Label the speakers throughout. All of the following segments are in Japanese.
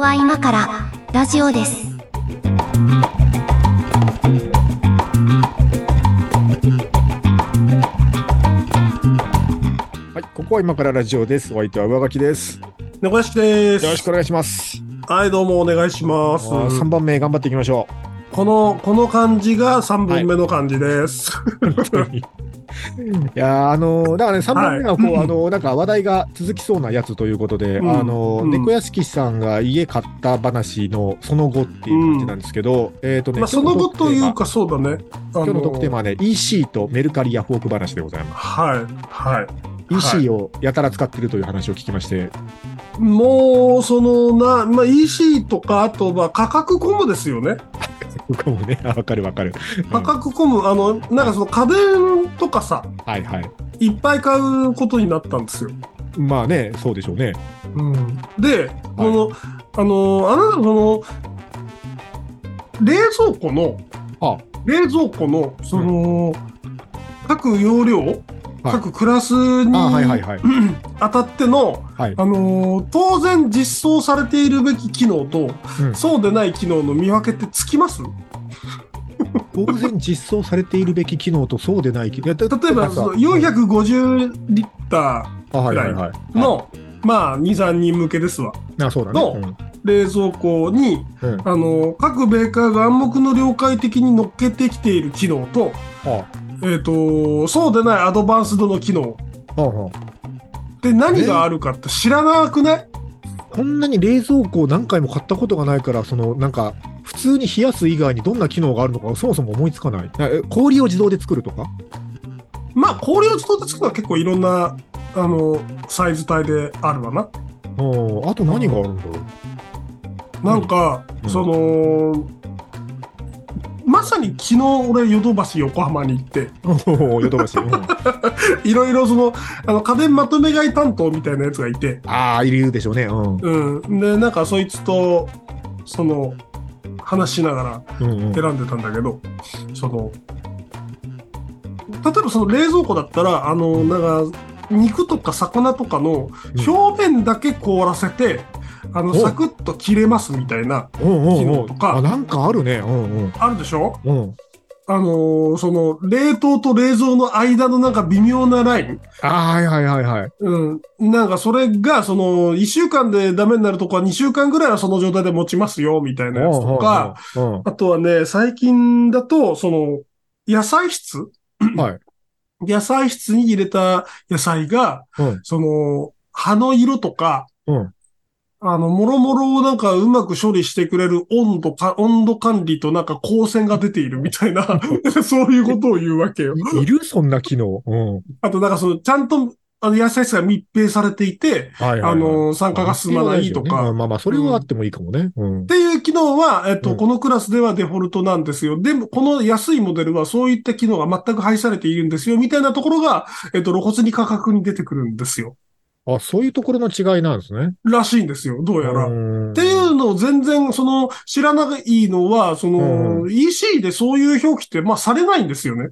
Speaker 1: は今からラジオです。
Speaker 2: はい、ここは今からラジオです。お相手は上書きです。よ
Speaker 3: 猫屋敷です。
Speaker 2: ろしくお願いします。
Speaker 3: はい、どうもお願いします。
Speaker 2: 三番目頑張っていきましょ
Speaker 3: この、この漢字が三本目の漢字です。
Speaker 2: う。いやーあのーだからね三番目がこう、
Speaker 3: はい
Speaker 2: あのーなんか話題が続きそうなやつということで、
Speaker 3: うん
Speaker 2: あのー
Speaker 3: うん
Speaker 2: 猫屋敷さんが家買った話のその後っていう感じなんですけど、えっ、とね、
Speaker 3: まあ、その後というか、そうだね。あ
Speaker 2: 今日のトークテーマはね EC とメルカリヤフオク話でございま
Speaker 3: はい、は
Speaker 2: す。
Speaker 3: はい
Speaker 2: EC をやたら使ってるという話を聞きまして、
Speaker 3: い。もう、そのな、まあ、EC とか、あとは価格コムですよね。
Speaker 2: 僕もね、あわかるわかる。
Speaker 3: 価格コム、あの、なんかその家電とかさ、
Speaker 2: うんはいはい。
Speaker 3: いっぱい買うことになったんですよ。
Speaker 2: まあね、そうでしょうね。
Speaker 3: で、この、あの、あなたのその、冷蔵庫の、
Speaker 2: あ
Speaker 3: 冷蔵庫の、その、各容量、各クラスに
Speaker 2: あはいはいはい。
Speaker 3: 当たっての、
Speaker 2: はい。
Speaker 3: あのー当然実装されているべき機能と、
Speaker 2: うん
Speaker 3: そうでない機能の見分けってつきます
Speaker 2: 当然実装されているべき機能とそうでない機能。例え
Speaker 3: 例えば、その450リッタ
Speaker 2: はいはいはい。
Speaker 3: ーの、まあ、2、3人向けですわ。
Speaker 2: あ、そうだね。
Speaker 3: の冷蔵庫に、
Speaker 2: うんうん
Speaker 3: あのー各メーカーが暗黙の了解的に乗っけてきている機能と、
Speaker 2: あ
Speaker 3: えっ、と、そうでないアドバンスドの機能。
Speaker 2: ああ
Speaker 3: で、何があるかって知らなくない
Speaker 2: こんなに冷蔵庫を何回も買ったことがないから、そのなんか、普通に冷やす以外にどんな機能があるのか、そもそも思いつかない。なえ氷を自動で作るとか
Speaker 3: まあ氷を使って作るのは結構いろんなあのサイズ帯であるわな。
Speaker 2: うんあと何があるんだろう。
Speaker 3: なんか、
Speaker 2: うん
Speaker 3: そのまさに昨日俺ヨドバシ横浜に行って
Speaker 2: おお、ヨドバシ。うん
Speaker 3: いろいろそのあの家電まとめ買い担当みたいなやつがいて、
Speaker 2: ああ、いるでしょうね。うん。うん
Speaker 3: うん、でなんかそいつとその話しなが
Speaker 2: うん
Speaker 3: ら選んでたんだけどその例えばその冷蔵庫だったらあのなんか肉とか魚とかの表面だけ凍らせて、あの
Speaker 2: お
Speaker 3: サクッと切れますみたいな
Speaker 2: うんうん
Speaker 3: 機
Speaker 2: うん
Speaker 3: 能とか
Speaker 2: あなんかあるね。うんうん。
Speaker 3: あるでしょ
Speaker 2: うん、
Speaker 3: あのーその冷凍と冷蔵の間のなんか微妙なライン、
Speaker 2: ああ、はいはいはいはい。
Speaker 3: うん、なんかそれがその1週間でダメになるとこは2週間ぐらいはその状態で持ちますよみたいなやつとか
Speaker 2: うんうんうん
Speaker 3: あとはね最近だとその野菜室
Speaker 2: はい。
Speaker 3: 野菜室に入れた野菜が、
Speaker 2: うん
Speaker 3: その、葉の色とか、
Speaker 2: うん
Speaker 3: あの、もろもろをなんかうまく処理してくれる温度か、温度管理となんか光線が出ているみ たいな、そういうことを言うわけよ。
Speaker 2: いいるそんな機能。うん。
Speaker 3: あとなんかその、ちゃんと、あの、野菜室が密閉されていて、
Speaker 2: はいはいはい、
Speaker 3: あの、酸化が進まないと
Speaker 2: まあ
Speaker 3: か、っ
Speaker 2: まあまあ、それはあってもいいかもね。うん。
Speaker 3: ていう機能は、えっと、
Speaker 2: うん
Speaker 3: このクラスではデフォルトなんですよ。でも、この安いモデルはそういった機能が全く配されているんですよ、みたいなところが、えっと、露骨に価格に出てくるんですよ。
Speaker 2: あ、そういうところの違いなんですね。
Speaker 3: らしいんですよ、どうやら。っ
Speaker 2: ん
Speaker 3: ていうのを全然、その、知らないのは、その、
Speaker 2: う
Speaker 3: EC でそういう表記って、まあ、されないんですよね。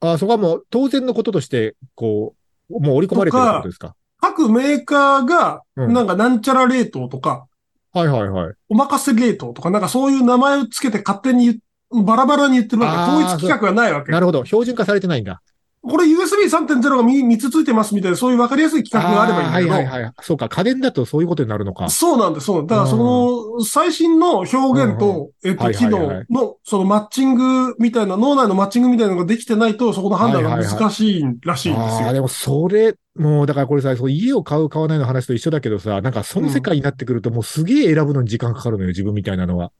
Speaker 2: あ、そこはもう当然のこととして、こう、もう織り込まれてるってことですか。
Speaker 3: 各メーカーが、
Speaker 2: うん
Speaker 3: なんか、なんちゃら冷凍とか、
Speaker 2: はいはいはい。
Speaker 3: おまかせ冷凍とか、なんかそういう名前をつけて勝手に言うバラバラに言ってるわ
Speaker 2: あ
Speaker 3: け。
Speaker 2: ー
Speaker 3: 統一規格がないわけ
Speaker 2: な。るほど。標準化されてないんだ。
Speaker 3: これ USB3.0 が3つついてますみたいな、そういうわかりやすい規格があればいいんだ
Speaker 2: あ
Speaker 3: け
Speaker 2: ー
Speaker 3: ど。
Speaker 2: はいはいはい。そうか。家電だとそういうことになるのか。
Speaker 3: そうなんです、そうなんです。だから、その、最新の表現と、えっ
Speaker 2: は
Speaker 3: と、
Speaker 2: いはい
Speaker 3: 機
Speaker 2: はい
Speaker 3: 能の、そのマッチングみたいな、脳内のマッチングみたいなのができてないと、そこの判断が
Speaker 2: はいはいはい
Speaker 3: 難しいらしいんです
Speaker 2: ああ、
Speaker 3: よ。
Speaker 2: でもそれ、もうだからこれさ、そう家を買う、買わないの話と一緒だけどさ、なんかその世界になってくると、もうすげえ選ぶのに時間かかるのよ、自分みたいなのは。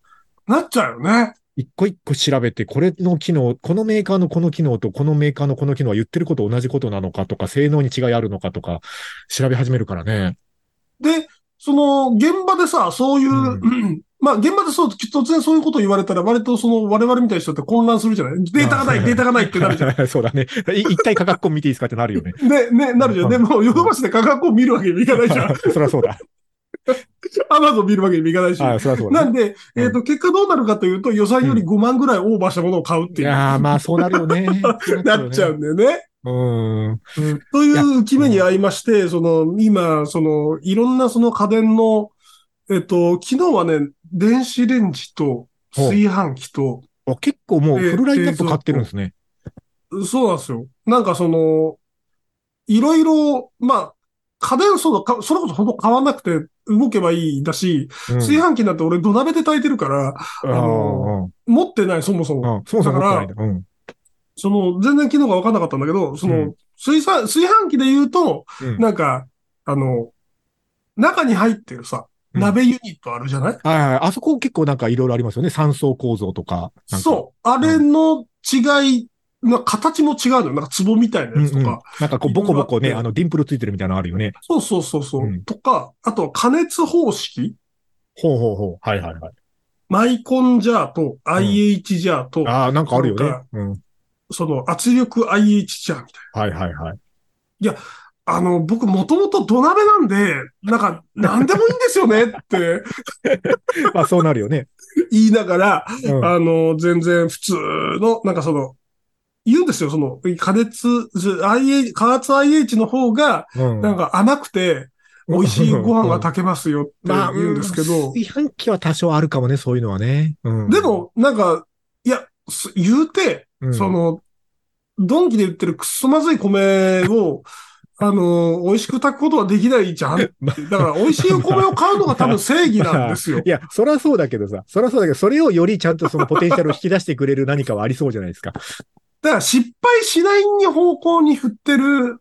Speaker 3: なっちゃうよね。
Speaker 2: 一個一個調べて、これの機能、このメーカーのこの機能とこのメーカーのこの機能は言ってること同じことなのかとか、性能に違いあるのかとか、調べ始めるからね。
Speaker 3: で、その、現場でさ、そういう、
Speaker 2: う
Speaker 3: まあ、現場でそう、突然そういうこと言われたら、割とその、我々みたいな人って混乱するじゃないデータ がない、データがないってなるじゃん。
Speaker 2: そうだね。い一体価格コン見ていいですかってなるよね。
Speaker 3: ね、ね、なるじゃん。でも、ヨドバシで価格を見るわけにもいかない じゃ ん。
Speaker 2: そりゃそうだ。
Speaker 3: アマゾン見るわけにもいかないし。
Speaker 2: あそりゃそうだ、
Speaker 3: なんで、
Speaker 2: うん
Speaker 3: えっと、結果どうなるかというと、予算より5万ぐらいオーバーしたものを買うっ
Speaker 2: い
Speaker 3: ていう、
Speaker 2: やー、まあそうなるよね。
Speaker 3: なっちゃうんだよね。
Speaker 2: うーん。
Speaker 3: といううき目に合いまして、その、今、その、いろんなその家電の、えっと、昨日はね、電子レンジと炊飯器と、
Speaker 2: あ結構もうフルラインナップ買ってるんですね。
Speaker 3: そうなんですよ。なんかその、いろいろ、まあ、家電そうだ、かそれこそほんと買わなくて動けばいいだし、
Speaker 2: うん
Speaker 3: 炊飯器なんて俺土鍋で炊いてるから、
Speaker 2: あの
Speaker 3: 持ってないそもそも。
Speaker 2: うん、そうそう
Speaker 3: だから
Speaker 2: うん。
Speaker 3: その、全然機能が分かんなかったんだけど、その、
Speaker 2: うん
Speaker 3: 炊飯、炊飯器で言うと、
Speaker 2: うん
Speaker 3: なんか、あの、中に入ってるさ、
Speaker 2: うん
Speaker 3: 鍋ユニットあるじゃない、
Speaker 2: はいはい。あそこ結構なんかいろいろありますよね。三層構造とか。なんか
Speaker 3: そう。あれの違い、な形も違うのよ。なんか壺みたいなやつとか。
Speaker 2: うんうんなんかこう、ボコボコ
Speaker 3: い
Speaker 2: ね、
Speaker 3: ろいろあって
Speaker 2: あの、ディンプルついてるみたいなのあるよね。
Speaker 3: そうそうそうそう、
Speaker 2: うん
Speaker 3: とか、あとは加熱方式。
Speaker 2: ほうほうほう。はいはいはい。
Speaker 3: マイコンジャーと IH ジャーと、
Speaker 2: ああ、なんかあるよ
Speaker 3: な
Speaker 2: ね
Speaker 3: んか。
Speaker 2: うん。
Speaker 3: その圧力 IH ジャーみた
Speaker 2: は
Speaker 3: い
Speaker 2: いはいはい。
Speaker 3: な。あの、僕もともと土鍋なんで、なんか、なんでもいいんですよねって
Speaker 2: まあそうなるよ ね。
Speaker 3: 言いながら、
Speaker 2: うん。
Speaker 3: あの、全然普通の、なんかその、言うんですよ、その、加熱、ず IH、加圧 IH の方が、
Speaker 2: うん
Speaker 3: なんか甘くて、美味しいご飯が炊けますよって
Speaker 2: まあ、
Speaker 3: 言うんですけど、
Speaker 2: 炊飯器は多少あるかもね、そういうのはね。うん。
Speaker 3: でも、なんか、いや、す言うて、
Speaker 2: うん、
Speaker 3: その、ドンキで売ってるくっそまずい米を、あの、美味しく炊くことはできないじ ゃんって。だから、美味しいお米を買うのが多分正義なんですよ
Speaker 2: い。や、そりゃそうだけどさ、そりゃそうだけど、それをよりちゃんとそのポテンシャルを引き出してくれる何かはありそうじゃないですか。
Speaker 3: だから、失敗しない方向に振ってる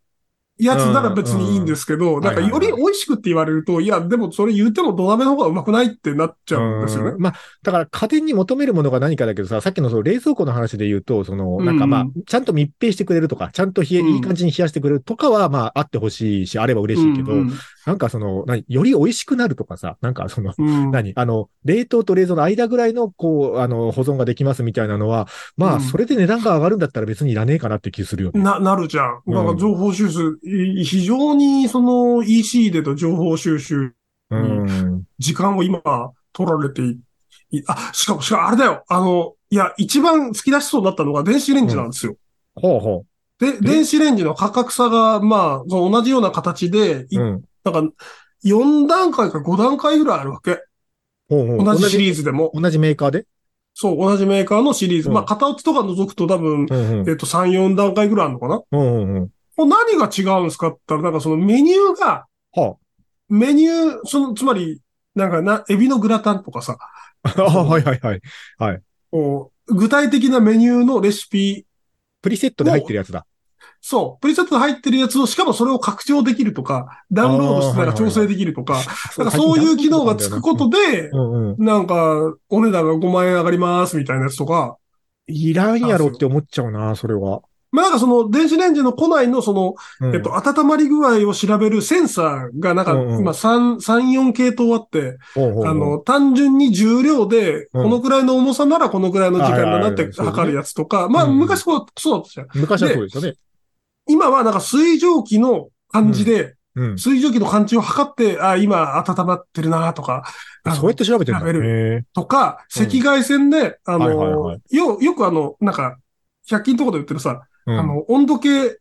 Speaker 3: やつなら別にいいんですけど、
Speaker 2: ん
Speaker 3: なんか、
Speaker 2: はい
Speaker 3: よ
Speaker 2: はい
Speaker 3: り
Speaker 2: はい
Speaker 3: 美味しくって言われると、いや、でもそれ言うても土鍋の方がうまくないってなっちゃうんですよね
Speaker 2: う。んまあ、だから家電に求めるものが何かだけどさ、さっきのその冷蔵庫の話で言うと、その、なんかまあ
Speaker 3: うん、
Speaker 2: ちゃんと密閉してくれるとか、ちゃんと冷え、
Speaker 3: うん
Speaker 2: いい感じに冷やしてくれるとかは、まあ、あってほしいし、あれば嬉しいけど、
Speaker 3: うん
Speaker 2: なんかその、何より美味しくなるとかさ、なんかその、
Speaker 3: うん
Speaker 2: 何あの、冷凍と冷蔵の間ぐらいの、こう、あの、保存ができますみたいなのは、ま
Speaker 3: う
Speaker 2: あ、
Speaker 3: ん
Speaker 2: それで値段が上がるんだったら別にいらねえかなって気するよね。
Speaker 3: な、なるじゃん。
Speaker 2: うん
Speaker 3: なんか情報収集、い非常にその EC でと情報収集、
Speaker 2: うん。
Speaker 3: 時間を今取られてい、いあ、しかも、しかもあれだよ。あの、いや、一番突き出しそうになったのが電子レンジなんですよ。
Speaker 2: ほうほ。
Speaker 3: で、電子レンジの価格差が、まあ、その同じような形で、いう
Speaker 2: うん。
Speaker 3: なんか、4段階か5段階ぐらいあるわけ。
Speaker 2: ほうほう。
Speaker 3: 同じシリーズでも。
Speaker 2: 同じ同じメーカーで
Speaker 3: そう、同じメーカーのシリーズ。
Speaker 2: うん
Speaker 3: まあ、片落ちとか除くと多
Speaker 2: う
Speaker 3: 分、
Speaker 2: んうん
Speaker 3: えっと、3、4段階ぐらいあるのかな。
Speaker 2: うんうんうん。
Speaker 3: もう何が違うんですかって言ったら、なんかそのメニューが、
Speaker 2: は
Speaker 3: メニュー、その、つまり、なんかな、エビのグラタンとかさ、
Speaker 2: あ。 あはいはいはい。
Speaker 3: こう具体的なメニューのレシピ、
Speaker 2: プリセットで入ってるやつだ。
Speaker 3: そう、プリセットが入ってるやつを、しかもそれを拡張できるとか、ダウンロードし
Speaker 2: あ
Speaker 3: てなんか
Speaker 2: ーはいはいは
Speaker 3: 調
Speaker 2: い
Speaker 3: 整できるとか、なんかそういう機能がつくことで、
Speaker 2: うんうん。
Speaker 3: なんか、お値段が5万円上がりますみたいなやつとか、
Speaker 2: いらんやろって思っちゃうな、それは。
Speaker 3: まあなんかその電子レンジの庫内のその、
Speaker 2: うん
Speaker 3: えっと、温まり具合を調べるセンサーがなんか、
Speaker 2: うんうん
Speaker 3: 今3、3、4系統あって、
Speaker 2: ほうほうほう
Speaker 3: あの、単純に重量
Speaker 2: う
Speaker 3: で、
Speaker 2: ん
Speaker 3: このくらいの重さならこのくらいの時間だなっ
Speaker 2: はいはいは
Speaker 3: て
Speaker 2: いそうね
Speaker 3: 測るやつとか、まあ、
Speaker 2: うん
Speaker 3: 昔こう、そうだったじゃん。
Speaker 2: 昔はそうでしたね。
Speaker 3: 今はなんか水蒸気の感じで、
Speaker 2: うん。
Speaker 3: 水蒸気の感じを測って、あ、今温まってるなとか、あ
Speaker 2: そうやって調べてるん
Speaker 3: 調べ
Speaker 2: だ。へえ
Speaker 3: とか、
Speaker 2: うん
Speaker 3: 赤外線で、あ
Speaker 2: はいはいは
Speaker 3: の、よ、よくあの、なんか、100均とかで売ってるさ、
Speaker 2: うん
Speaker 3: あの、温度計、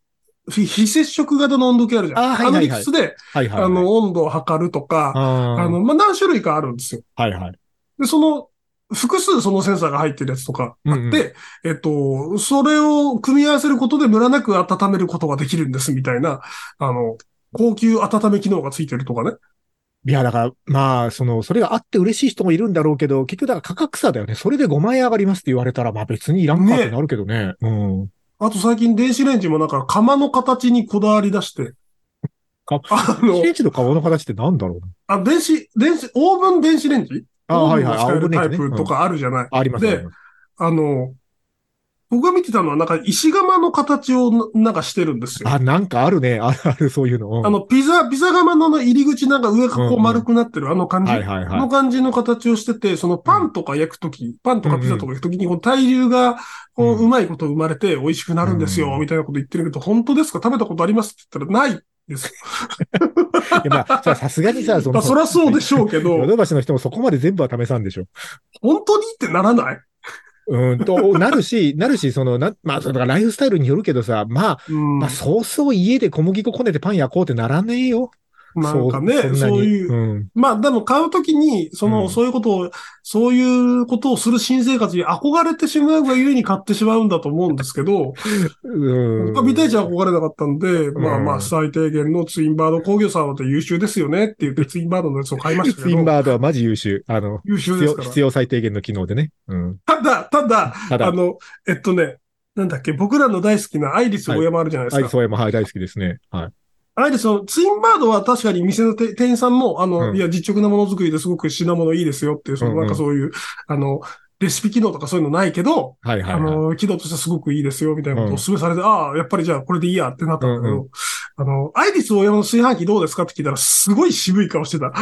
Speaker 3: 非非接触型の温度計あるじゃん。
Speaker 2: あはいはい
Speaker 3: の
Speaker 2: はい
Speaker 3: 理屈で、
Speaker 2: はいはいはい。
Speaker 3: あの、温度を測るとか、
Speaker 2: あー
Speaker 3: あの、まあ、何種類かあるんですよ。
Speaker 2: はいはい。
Speaker 3: で、その、複数そのセンサーが入ってるやつとかあっ
Speaker 2: う
Speaker 3: て、
Speaker 2: んうん
Speaker 3: えっと、それを組み合わせることでムラなく温めることができるんですみたいな、あの、高級温め機能がついてるとかね。
Speaker 2: いや、だから、まあ、その、それがあって嬉しい人もいるんだろうけど、結局、だから価格差だよね。それで5万円上がりますって言われたら、まあ別にいらんかってなるけどね。うん。
Speaker 3: あと最近電子レンジもなんか釜の形にこだわり出して、
Speaker 2: か
Speaker 3: あ
Speaker 2: 電子
Speaker 3: の
Speaker 2: レ、ンジの顔の形ってなんだろう
Speaker 3: あ電子、電子、オーブン電子レンジ
Speaker 2: あ
Speaker 3: オ
Speaker 2: は
Speaker 3: ーブ
Speaker 2: い
Speaker 3: ン
Speaker 2: はい。
Speaker 3: が
Speaker 2: あ
Speaker 3: 使えるタ
Speaker 2: オーブンレン
Speaker 3: イ
Speaker 2: ジね
Speaker 3: プと
Speaker 2: うん
Speaker 3: かあるじゃない。
Speaker 2: ありますね。
Speaker 3: であの、僕が見てたのはなんか石窯の形をななんかしてるんですよ。
Speaker 2: あ、なんかあるね。あるある、そういうの。うん
Speaker 3: あの、ピザ、ピザ窯のあの入り口なんか上がこう丸くなってる、あの感じ。
Speaker 2: はいはい
Speaker 3: あ
Speaker 2: は
Speaker 3: の
Speaker 2: い。
Speaker 3: 感じの形をしてて、そのパンとか焼くとき、パンとかピザとか焼くときに、この体重が、こう、
Speaker 2: うん
Speaker 3: うまいこと生まれて美味しくなるんですよ、
Speaker 2: うん
Speaker 3: みたいなこと言ってるけど、本当ですか食べたことありますって言ったら、ないです。
Speaker 2: いや まあ、ささすがに さ、そ
Speaker 3: ま
Speaker 2: の、
Speaker 3: あ、そりゃそうでしょうけ
Speaker 2: ヨ
Speaker 3: ど、
Speaker 2: ドバシの人もそこまで全部は試さんでしょ。
Speaker 3: 本当にってならない
Speaker 2: うん、と、なるし、なるし、その、な、まあ、だからライフスタイルによるけどさ、まあ、
Speaker 3: うん
Speaker 2: まあ、。そうそう家で小麦粉こねてパン焼こうってならねえよ。
Speaker 3: なんかね、そう
Speaker 2: そんなに
Speaker 3: いう、
Speaker 2: うん。
Speaker 3: まあでも買うときに、その、
Speaker 2: うん
Speaker 3: そういうことを、そういうことをする新生活に憧れてしまうがゆえに買ってしまうんだと思うんですけど、
Speaker 2: うん。
Speaker 3: 僕はビテージ憧れなかったんで、まあま
Speaker 2: う
Speaker 3: あ
Speaker 2: ん
Speaker 3: 最低限のツインバード工業さんは優秀ですよねって言ってツインバードのやつを買いましたけ
Speaker 2: ツイン
Speaker 3: ど、
Speaker 2: バードはマジ優秀。あの、
Speaker 3: 優秀
Speaker 2: 必
Speaker 3: です
Speaker 2: 要、
Speaker 3: から
Speaker 2: 必。要最低限の機能でね。うん。
Speaker 3: ただ、ただ、
Speaker 2: た
Speaker 3: あ
Speaker 2: だ、
Speaker 3: の、えっとね、なんだっけ、僕らの大好きなアイリス大山あるじゃないで
Speaker 2: ア
Speaker 3: す
Speaker 2: イ
Speaker 3: か。
Speaker 2: ソエもはい、大好きですね。はい。
Speaker 3: アイリスのツインバードは確かに店のて店員さんも、あの、
Speaker 2: うん
Speaker 3: いや、実直なものづくりですごく品物いいですよっていう、その
Speaker 2: うんうん
Speaker 3: なんかそういう、あの、レシピ機能とかそういうのないけど、
Speaker 2: はいはい、
Speaker 3: あ
Speaker 2: はい。
Speaker 3: の、機能としてすごくいいですよみたいなこと
Speaker 2: う
Speaker 3: を
Speaker 2: ん
Speaker 3: すぐされて、ああ、やっぱりじゃあこれでいいやってなったんだけど、
Speaker 2: うん
Speaker 3: あの、アイリス大山の炊飯器どうですかって聞いたら、すごい渋い顔してた。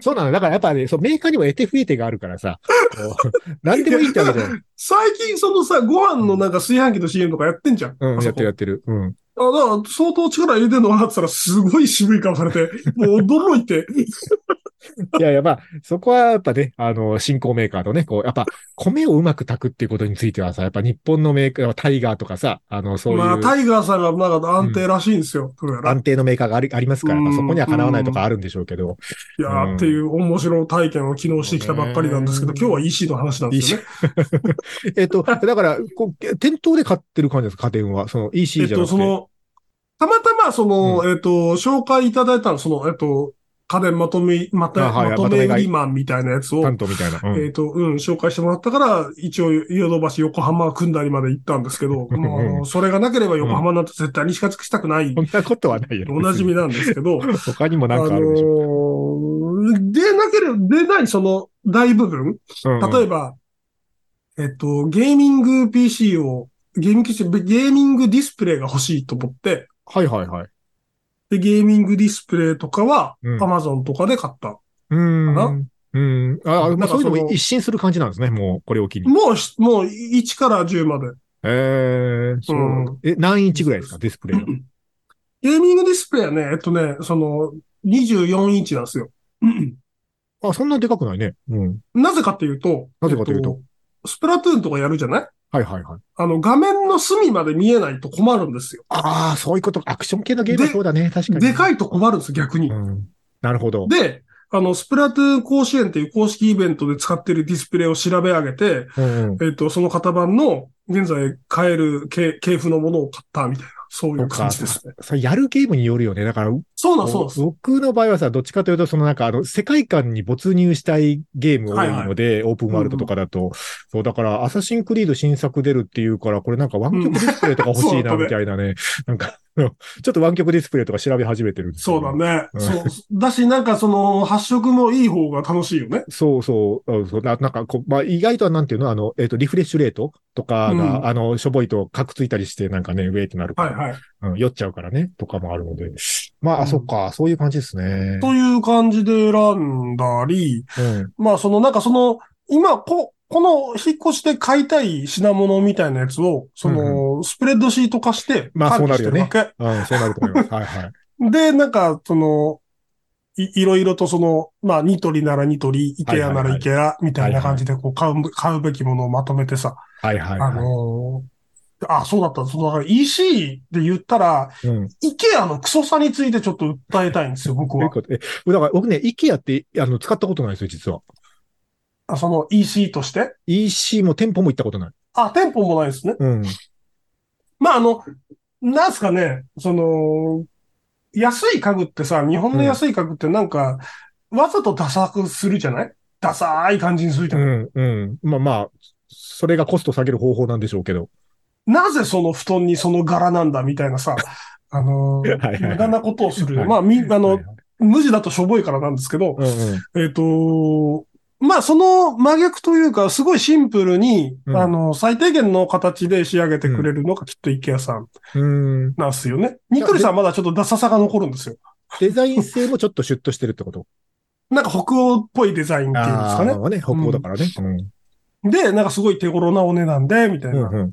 Speaker 2: そうなの。だからやっぱね、そうメーカーにも得手不得手があるからさ、こう 何でもいいってわけじゃない。
Speaker 3: 最近そのさ、ご飯のなんか炊飯器の CM とかやってんじゃん。
Speaker 2: うん、
Speaker 3: あ
Speaker 2: や
Speaker 3: そ
Speaker 2: っ
Speaker 3: こ
Speaker 2: てるやってる。うん。
Speaker 3: あ、だから相当力入れてんのかなって言ったら、すごい渋い顔されて、もう驚いて。
Speaker 2: いやいや、まあ、そこはやっぱね、あの、新興メーカーとね、こう、やっぱ、米をうまく炊くっていうことについてはさ、やっぱ日本のメーカー、タイガーとかさ、あの、 そうい
Speaker 3: まあ、
Speaker 2: う
Speaker 3: タイガーさんがなんか安定らしいんですよ。どうやら
Speaker 2: 安定のメーカーがありありますから、まあそこにはかなわないとかあるんでしょうけど、
Speaker 3: いや
Speaker 2: う
Speaker 3: ー
Speaker 2: ん
Speaker 3: っていう面白い体験を昨日してきたばっかりなんですけど、
Speaker 2: うん
Speaker 3: 今日は EC の話なんですよね。
Speaker 2: えっと、 だから、こう、店頭で買ってる感じですか、家電は。その EC
Speaker 3: えっ
Speaker 2: じゃな
Speaker 3: と、
Speaker 2: くて。
Speaker 3: その、たまたま、その、えっと、紹介いただいたの、その、えっと、家電まとめ、また、
Speaker 2: あはい
Speaker 3: まと
Speaker 2: まと
Speaker 3: め
Speaker 2: め
Speaker 3: 売
Speaker 2: 買い
Speaker 3: りマンみたいなやつを、
Speaker 2: 担当みたいな。うん
Speaker 3: えっと、うん、紹介してもらったから、一応、ヨドバシ横浜組んだりまで行ったんですけど、
Speaker 2: うん
Speaker 3: もうあの、それがなければ横浜なんて絶対に近づきたくない、
Speaker 2: そんなことはないよ。
Speaker 3: おなじみなんですけど、
Speaker 2: 別に。他にもなんかあ
Speaker 3: あ
Speaker 2: る
Speaker 3: の
Speaker 2: でしょ。
Speaker 3: ーでなければ、でないその大部分、例
Speaker 2: ば、
Speaker 3: えば、えっと、ゲーミング PC を、ゲーミング PC、ゲーミングディスプレイが欲しいと思って、
Speaker 2: はいはいはい。
Speaker 3: で、ゲーミングディスプレイとかは、
Speaker 2: うん
Speaker 3: Amazon とかで買った。
Speaker 2: うーん。うん。あ、ま
Speaker 3: なんか
Speaker 2: あ、そういうの
Speaker 3: その
Speaker 2: も一新する感じなんですね、もう、これを機に。
Speaker 3: もうし、もう1から10まで。
Speaker 2: えー、そう
Speaker 3: うん。
Speaker 2: え、何インチぐらいですか、ディスプレイが。
Speaker 3: ゲーミングディスプレイはね、えっとね、その、24インチなんですよ。
Speaker 2: あ、そんなでかくないね。うん。
Speaker 3: なぜかっていうと、
Speaker 2: なぜかというと
Speaker 3: えっスプラトゥーンとかやるじゃない
Speaker 2: はいはいはい。
Speaker 3: あの、画面の隅まで見えないと困るんですよ。
Speaker 2: ああ、そういうこと。アクション系のゲームはそうだね、確かに。
Speaker 3: でか
Speaker 2: い。
Speaker 3: いと困るんですよ、逆に
Speaker 2: う。ん。なるほど。
Speaker 3: で、あの、スプラトゥーン甲子園っていう公式イベントで使ってるディスプレイを調べ上げて、
Speaker 2: うんうん。
Speaker 3: えっ、と、その型番の現在買える系系譜のものを買ったみたいな、そういう感じですね。
Speaker 2: それやるゲームによるよね。だから、
Speaker 3: そうなんそうなんです。
Speaker 2: 僕の場合はさ、どっちかというと、そのなんか、あの、世界観に没入したいゲーム多いので、オープンワールドとかだと、そう、だから、アサシンクリード新作出るっていうから、これなんか湾曲ディスプレイとか欲しいな、
Speaker 3: うん
Speaker 2: みたいなね。なんか、あのちょっと湾曲ディスプレイとか調べ始めてるんです
Speaker 3: そうだ。ね。
Speaker 2: うん
Speaker 3: そう。だし、なんかその、発色もいい方が楽しいよね。
Speaker 2: そうそううんそう。ななんかこう、まあ、意外とはなんていうのあの、えっ、と、リフレッシュレートとかが、
Speaker 3: うん
Speaker 2: あの、しょぼいと、カクついたりして、なんかね、ウェイってなるか
Speaker 3: は
Speaker 2: ら、
Speaker 3: いはい。
Speaker 2: うん、酔っちゃうからね、とかもあるので。まあ、
Speaker 3: う
Speaker 2: あ
Speaker 3: ん
Speaker 2: そっか、そういう感じですね。
Speaker 3: という感じで選んだり、
Speaker 2: うん。
Speaker 3: まあその、なんかその、今、こ、この引っ越しで買いたい品物みたいなやつを、その、スプレッドシート化して、
Speaker 2: まあ
Speaker 3: 管理して
Speaker 2: そうなるよね
Speaker 3: わけ
Speaker 2: うん、そうなると思います。はいはい。
Speaker 3: で、なんか、その、い、いろいろとその、まあ、ニトリならニトリ、イケアならイケア、みたいな感じで、こう、買う、買うべきものをまとめてさ、
Speaker 2: はいはい、
Speaker 3: あ
Speaker 2: はい。
Speaker 3: のーあ、そうだった。その、だから EC で言ったら、
Speaker 2: うん。
Speaker 3: イケアのクソさについてちょっと訴えたいん ですよ、僕
Speaker 2: どういう
Speaker 3: は。
Speaker 2: ことえ、だから僕ね、IKEA ってあの使ったことないですよ、実は。
Speaker 3: あその EC として。
Speaker 2: EC も店舗も行ったことない。
Speaker 3: あ、店舗もないですね。
Speaker 2: うん。
Speaker 3: まあ、あの、なんすかね、その、安い家具ってさ、日本の安い家具ってなんか、わざとダサくするじゃないダサーい感じにするじ
Speaker 2: う
Speaker 3: ゃない
Speaker 2: ん、うん。まあまあ、それがコスト下げる方法なんでしょうけど。
Speaker 3: なぜその布団にその柄なんだみたい なさ、あのー、
Speaker 2: はいはいはい
Speaker 3: 無駄なことをする。
Speaker 2: はい
Speaker 3: まあ、み、あ
Speaker 2: は
Speaker 3: の
Speaker 2: い、はい
Speaker 3: 無地だとしょぼいからなんですけど、
Speaker 2: うんうん。
Speaker 3: えっ、とまあ、その真逆というか、すごいシンプルに、
Speaker 2: うん
Speaker 3: あの、最低限の形で仕上げてくれるのがきっと IKEA さん
Speaker 2: うん
Speaker 3: なんですよね。ニトリさんはまだちょっとダサさが残るんですよ。
Speaker 2: デザイン性もちょっとシュッとしてるってこと。
Speaker 3: なんか北欧っぽいデザインっていうんです
Speaker 2: あ
Speaker 3: か
Speaker 2: あ、
Speaker 3: ね。
Speaker 2: ね、北欧だからね。うん。
Speaker 3: で、なんかすごい手頃なお値段で、みたい
Speaker 2: うん
Speaker 3: な
Speaker 2: うん。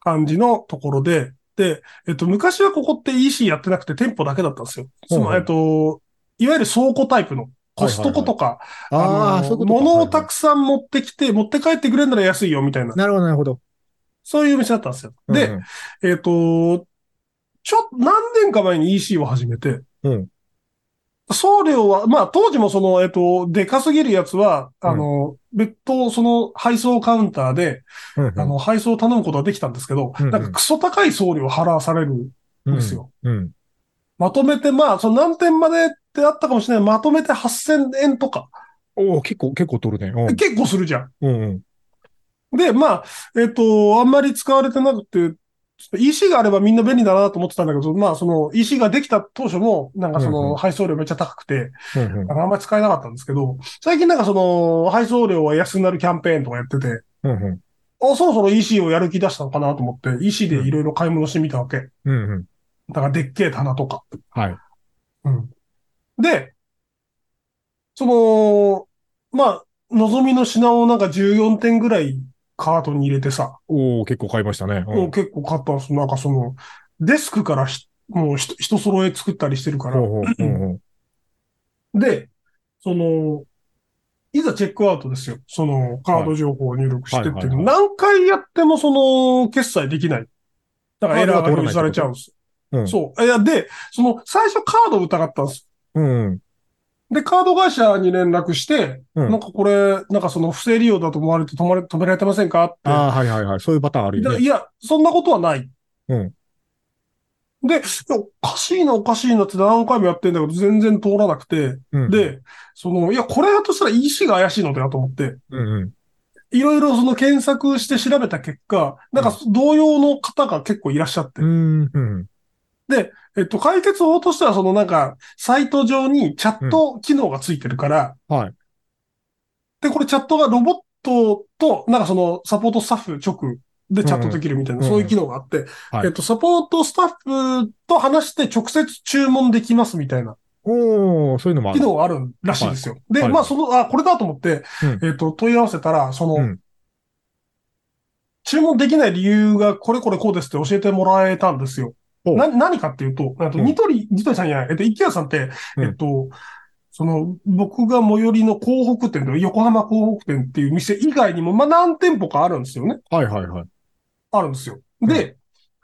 Speaker 3: 感じのところで、で、えっと、昔はここって EC やってなくて店舗だけだったんですよ。そ
Speaker 2: ほう
Speaker 3: の、
Speaker 2: ほう
Speaker 3: えっと、いわゆる倉庫タイプの、コストコとか、
Speaker 2: ああ、そういうことか。
Speaker 3: 物をた
Speaker 2: く
Speaker 3: くさん持ってきて、持って帰ってくれるなら安いよ、みたいな。
Speaker 2: なるほど、なるほど。
Speaker 3: そういう店だったんですよ。
Speaker 2: うん
Speaker 3: で、えっと、ちょ、何年か前に EC を始めて、
Speaker 2: うん。
Speaker 3: 送料は、まあ当時もその、えっと、でかすぎるやつは、あの、別途その配送カウンターで、
Speaker 2: うんうん
Speaker 3: あの、配送を頼むことはできたんですけど、
Speaker 2: うんうん
Speaker 3: なんかクソ高い送料を払わされるん
Speaker 2: うん
Speaker 3: ですよ。
Speaker 2: うん。
Speaker 3: まとめて、まあ、その何点までってあったかもしれない。まとめて8000円とか。
Speaker 2: おお結構、結構取るね。う
Speaker 3: 結構するじゃん。
Speaker 2: ん。うんうん。
Speaker 3: で、まあ、えっ、と、あんまり使われてなくて、ちょっと EC があればみんな便利だなと思ってたんだけど、まあ、その EC ができた当初も、なんかそ
Speaker 2: うんうん
Speaker 3: の配送料めっちゃ高くて、
Speaker 2: うんうん
Speaker 3: あのあんまり使えなかったんですけど、最近なんかその配送料は安くなるキャンペーンとかやってて、
Speaker 2: うんうん。
Speaker 3: あ、そろそろ EC をやる気出したのかなと思って、EC でいろいろ買い物してみたわけ。
Speaker 2: うんうん。
Speaker 3: だからでっけえ棚とか。
Speaker 2: はい。
Speaker 3: うん。で、その、まあ、望みの品をなんか14点ぐらいカートに入れてさ、
Speaker 2: おお結構買いましたね。うん
Speaker 3: もう結構買ったんですなんかその、デスクからひもうひと人揃え作ったりしてるから。
Speaker 2: ほうほうほうほう
Speaker 3: で、その、いざチェックアウトですよ。その、カード情報を入力してっていうの、
Speaker 2: はいはい
Speaker 3: 何回やってもその、決済できない。だからエラーが表示されちゃうんです。
Speaker 2: カードが通
Speaker 3: そう。いや、で、その、最初カードを疑ったんです。
Speaker 2: うんうん。
Speaker 3: で、カード会社に連絡して、
Speaker 2: うん
Speaker 3: なんかこれ、なんかその不正利用だと思われて止まれ、止められてませんかって。
Speaker 2: ああ、はいはいはい。そういうパターンあるよ
Speaker 3: で
Speaker 2: ね。
Speaker 3: いや、そんなことはない。
Speaker 2: うん
Speaker 3: で、いやおかしいな、おかしいなって何回もやってんだけど、全然通らなくて。
Speaker 2: うん、
Speaker 3: で、その、いや、これだとしたら EC が怪しいのでなと思って、
Speaker 2: うんうん。
Speaker 3: いろいろその検索して調べた結果、なんか同様の方が結構いらっしゃって
Speaker 2: う。んうん。
Speaker 3: えっと、解決法としては、そのなんか、サイト上にチャット機能がついてるから、
Speaker 2: はい。
Speaker 3: で、これチャットがロボットと、なんかそのサポートスタッフ直でチャットできるみたい
Speaker 2: う
Speaker 3: な、
Speaker 2: んうん
Speaker 3: そういう機能があって、
Speaker 2: はい
Speaker 3: えっと、サポートスタッフと話して直接注文できますみたいな
Speaker 2: おおそういうのもあ
Speaker 3: 機
Speaker 2: る。
Speaker 3: 能があるらしいですよ。で、
Speaker 2: はい
Speaker 3: まあ、その、あ、これだと思って、
Speaker 2: うん
Speaker 3: えっと、問い合わせたら、その、
Speaker 2: うん
Speaker 3: 注文できない理由がこれこれこうですって教えてもらえたんですよ。
Speaker 2: お
Speaker 3: な、何かっていうと、あと
Speaker 2: うん
Speaker 3: ニトリ、ニトリさんじゃない、えっと、イケアさんって、
Speaker 2: うん
Speaker 3: えっと、その、僕が最寄りの港北店の横浜港北店っていう店以外にも、まあ、何店舗かあるんですよね。
Speaker 2: はいはいはい。
Speaker 3: あるんですよ。で、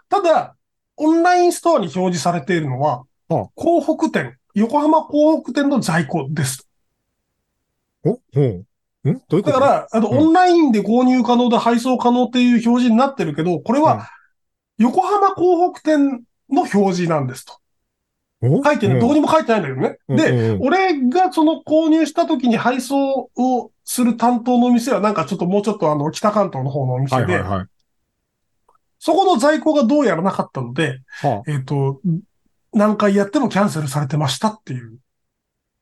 Speaker 3: ただ、オンラインストアに表示されているのは、
Speaker 2: あ
Speaker 3: 港北店、横浜港北店の在庫です。
Speaker 2: おほう。んどういうこと
Speaker 3: だから、あの、
Speaker 2: うん
Speaker 3: オンラインで購入可能で配送可能っていう表示になってるけど、これ
Speaker 2: うん
Speaker 3: は、横浜港北店の表示なんですと。
Speaker 2: お
Speaker 3: 書いてる、どこにも書いてないんだけどね。
Speaker 2: うん
Speaker 3: で、
Speaker 2: うんうん
Speaker 3: 俺がその購入した時に配送をする担当の店はなんかちょっともうちょっとあの北関東の方のお
Speaker 2: は
Speaker 3: 店
Speaker 2: いは
Speaker 3: で、
Speaker 2: いはい。
Speaker 3: そこの在庫がどうやらなかったので、
Speaker 2: はあ、
Speaker 3: えっ、と、何回やってもキャンセルされてましたっていう。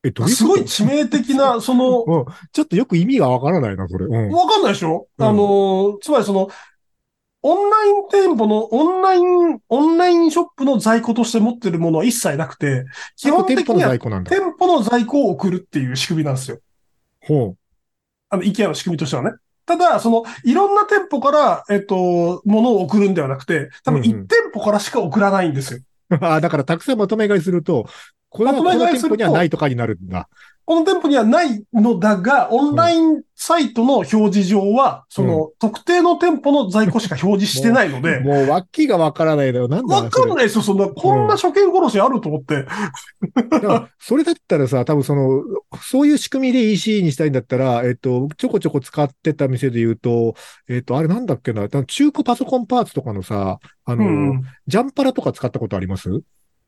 Speaker 2: え、どういうこと
Speaker 3: すごい致命的な、その、
Speaker 2: うん、ちょっとよく意味がわからないな、それ。うん。
Speaker 3: わかんないでしょ、
Speaker 2: うん
Speaker 3: あの、つまりその、オンライン店舗の、オンライン、オンラインショップの在庫として持ってるものは一切なくて、基本的
Speaker 2: 店舗の
Speaker 3: には
Speaker 2: 在庫なんだ。
Speaker 3: 店舗の在庫を送るっていう仕組みなんですよ。
Speaker 2: ほ
Speaker 3: あの、IKEA の仕組みとしてはね。ただ、その、いろんな店舗から、えっと、物を送るんではなくて、多
Speaker 2: う
Speaker 3: 分
Speaker 2: んうん
Speaker 3: 1店舗からしか送らないんですよ。
Speaker 2: う。 あだから、たくさんまとめ買いすると、この
Speaker 3: ま
Speaker 2: こと
Speaker 3: め
Speaker 2: の
Speaker 3: 買い
Speaker 2: 店
Speaker 3: すると
Speaker 2: 舗にはないとかになるんだ。
Speaker 3: この店舗にはないのだが、オンラインサイトの表示上は、その、特定の店舗の在庫しか表示してないので、
Speaker 2: もう、わっきがわからないだよ。なんだ
Speaker 3: わかんないですよ、そんな、こんな初見殺しあると思って。
Speaker 2: だからそれだったらさ、多分その、そういう仕組みで EC にしたいんだったら、えっと、ちょこちょこ使ってた店で言うと、えっと、あれなんだっけな、多分中古パソコンパーツとかのさ、あ
Speaker 3: う
Speaker 2: の、
Speaker 3: んうん。
Speaker 2: ジャンパラとか使ったことあります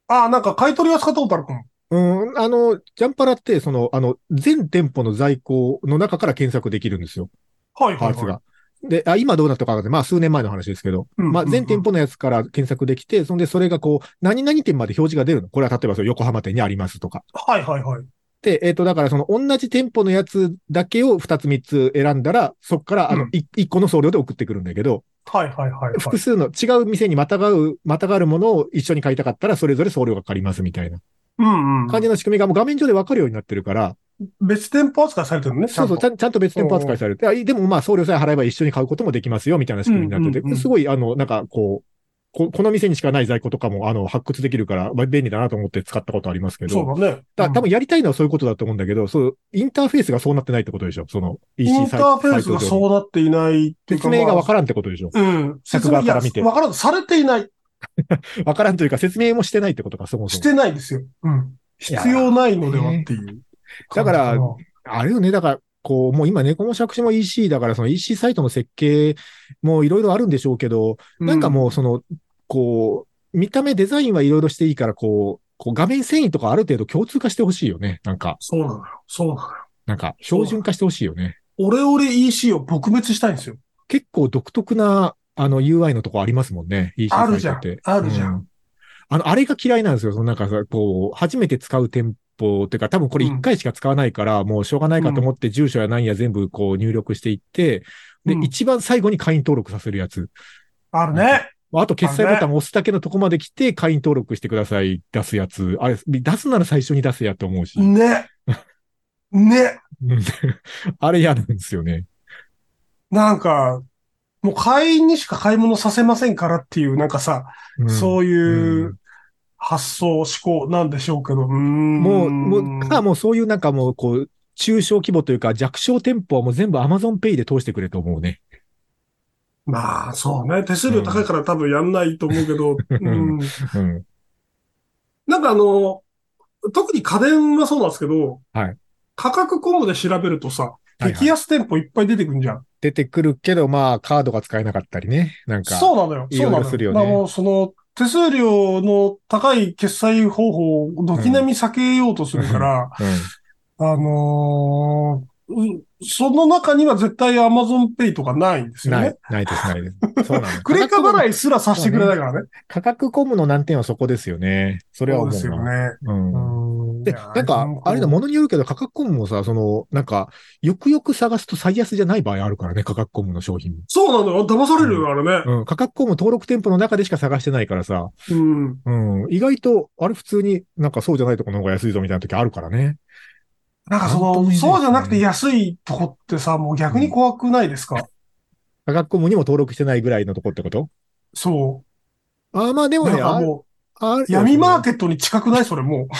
Speaker 3: ああ、なんか買い取りは使ったことあるかも。
Speaker 2: うん、あの、ジャンパラって、その、あの、全店舗の在庫の中から検索できるんですよ、
Speaker 3: はい
Speaker 2: パ
Speaker 3: はい
Speaker 2: ーツ
Speaker 3: はい。
Speaker 2: が。で、あ今どうなったかわかんないまあ、数年前の話ですけど、まあ、全店
Speaker 3: 舗。
Speaker 2: 舗のやつから検索できて、そんで、それがこう、何々店まで表示が出るの。これは例えば、そう横浜店にありますとか。
Speaker 3: はいはいはい。
Speaker 2: で、えっ、と、だからその同じ店舗のやつだけを2つ3つ選んだら、そっからあ
Speaker 3: う
Speaker 2: の
Speaker 3: ん
Speaker 2: い1個の送料で送ってくるんだけど、
Speaker 3: はいはいはいはい。
Speaker 2: 複数の違う店にまたがう、またがるものを一緒に買いたかったら、それぞれ送料がかかりますみたいな
Speaker 3: うんうん。
Speaker 2: 感じの仕組みがもう画面上でわかるようになってるから、
Speaker 3: 別店舗扱いされてるのね。
Speaker 2: そうそう、
Speaker 3: ち
Speaker 2: ち
Speaker 3: ゃ
Speaker 2: ゃ
Speaker 3: んと
Speaker 2: んちゃんと別店舗扱いされて、あでもまあ送料さえ払えば一緒に買うこともできますよみたいな仕組みになってて、
Speaker 3: うんうんうん
Speaker 2: すごいあの、なんかこう、ここの店にしかない在庫とかもあの発掘できるから、まあ便利だなと思って使ったことありますけど。
Speaker 3: そうだね。
Speaker 2: だ
Speaker 3: うん
Speaker 2: 多分やりたいのはそういうことだと思うんだけど、そう、インターフェースがそうなってないってことでしょその EC
Speaker 3: インターフェース
Speaker 2: サイト上
Speaker 3: がそうなっていないっていうか。
Speaker 2: 説明がわ
Speaker 3: ら
Speaker 2: からんってことでしょ
Speaker 3: うん。
Speaker 2: 客側から見て
Speaker 3: 説明いやわからん。されていない。
Speaker 2: わからんというか説明もしてないってことか、そもそ
Speaker 3: し
Speaker 2: も。
Speaker 3: てないですよ。うん。必要ないのではっていう。
Speaker 2: だから、あれよね、だから、こう、もう今、猫も借子も EC だから、その EC サイトの設計もいろいろあるんでしょうけど、なんかもう、その、こう、見た目デザインはいろいろしていいから、こう、こう画面遷移とかある程度共通化してほしいよね。なんか、
Speaker 3: そうなのよ。そうなのよ。
Speaker 2: なんか、標準化してほしいよね。
Speaker 3: オレオレ EC を撲滅したいんですよ。
Speaker 2: 結構独特な、あの UI のとこありますもんね。EC サ
Speaker 3: ある
Speaker 2: イ
Speaker 3: じ
Speaker 2: ト
Speaker 3: ゃ
Speaker 2: っ
Speaker 3: ん
Speaker 2: て。。
Speaker 3: あるじゃ。
Speaker 2: うんあの、あれが嫌いなんですよ。そのなんかさ、こう、初めて使う店舗っていうか、多分これ一回しか使わないから、もうしょうがないかと思って、住所や何や全部こう入力していって、で、
Speaker 3: うん
Speaker 2: 一番最後に会員登録させるやつ。
Speaker 3: あるね。
Speaker 2: あと、決済ボタンを押すだけのとこまで来て、会員登録してください、出すやつ。あれ、出すなら最初に出せやと思うし。
Speaker 3: ね。ね。
Speaker 2: うん あれ嫌なんですよね。
Speaker 3: なんか、もう会員にしか買い物させませんからっていう、なんかさ、
Speaker 2: うん
Speaker 3: そういうう発想、思考なんでしょうけど、うーん
Speaker 2: もう、もう、か、もうそういうなんかもう、こう、中小規模というか弱小店舗はもう全部 Amazon Pay で通してくれと思うね。
Speaker 3: まあ、そうね。手数料高いから多分やんないと思うけど、
Speaker 2: ん
Speaker 3: うん
Speaker 2: うん。
Speaker 3: なんかあの、特に家電はそうなんですけど、
Speaker 2: はい
Speaker 3: 価格コムで調べるとさ、
Speaker 2: いはい
Speaker 3: 激安店舗いっぱい出てくるんじゃん。
Speaker 2: 出てくるけど、まあ、カードが使えなかったりね。なんか。
Speaker 3: そうなのよ。
Speaker 2: いろいろするよね
Speaker 3: そうなのよ。まあもうその、手数料の高い決済方法を軒並み避けようとするから、
Speaker 2: うん。
Speaker 3: あのーうその中には絶対 Amazon Pay とかないんですよ
Speaker 2: な
Speaker 3: ね
Speaker 2: い。、ないです、ないです。そう なの。
Speaker 3: クレカ
Speaker 2: い。
Speaker 3: 払いすらさせてくれないからね。
Speaker 2: 価格コムの難点はそこですよね。それは
Speaker 3: そう
Speaker 2: 思う
Speaker 3: ですよ
Speaker 2: な。
Speaker 3: ね。
Speaker 2: うん。
Speaker 3: うん
Speaker 2: で、
Speaker 3: いや
Speaker 2: なんか、あれだ、ものによるけど、価格コムもさ、その、なんか、よくよく探すと最安じゃない場合あるからね、価格コムの商品。
Speaker 3: そうなのよ。騙されるよ、あれね。
Speaker 2: うん。価格コム登録店舗の中でしか探してないからさ、
Speaker 3: うん。
Speaker 2: うん。意外と、あれ普通になんかそうじゃないとこの方が安いぞみたいな時あるからね。
Speaker 3: なんかそ
Speaker 2: なんとも言えない
Speaker 3: の、
Speaker 2: ですね
Speaker 3: そうじゃなくて安いとこってさ、もう逆に怖くないですか、
Speaker 2: 価格コムにも登録してないぐらいのとこってこと
Speaker 3: そ
Speaker 2: ああ、まあで
Speaker 3: う。
Speaker 2: も
Speaker 3: なん
Speaker 2: ね、
Speaker 3: か
Speaker 2: あ
Speaker 3: も
Speaker 2: あ
Speaker 3: う、闇マーケットに近くないそれもう。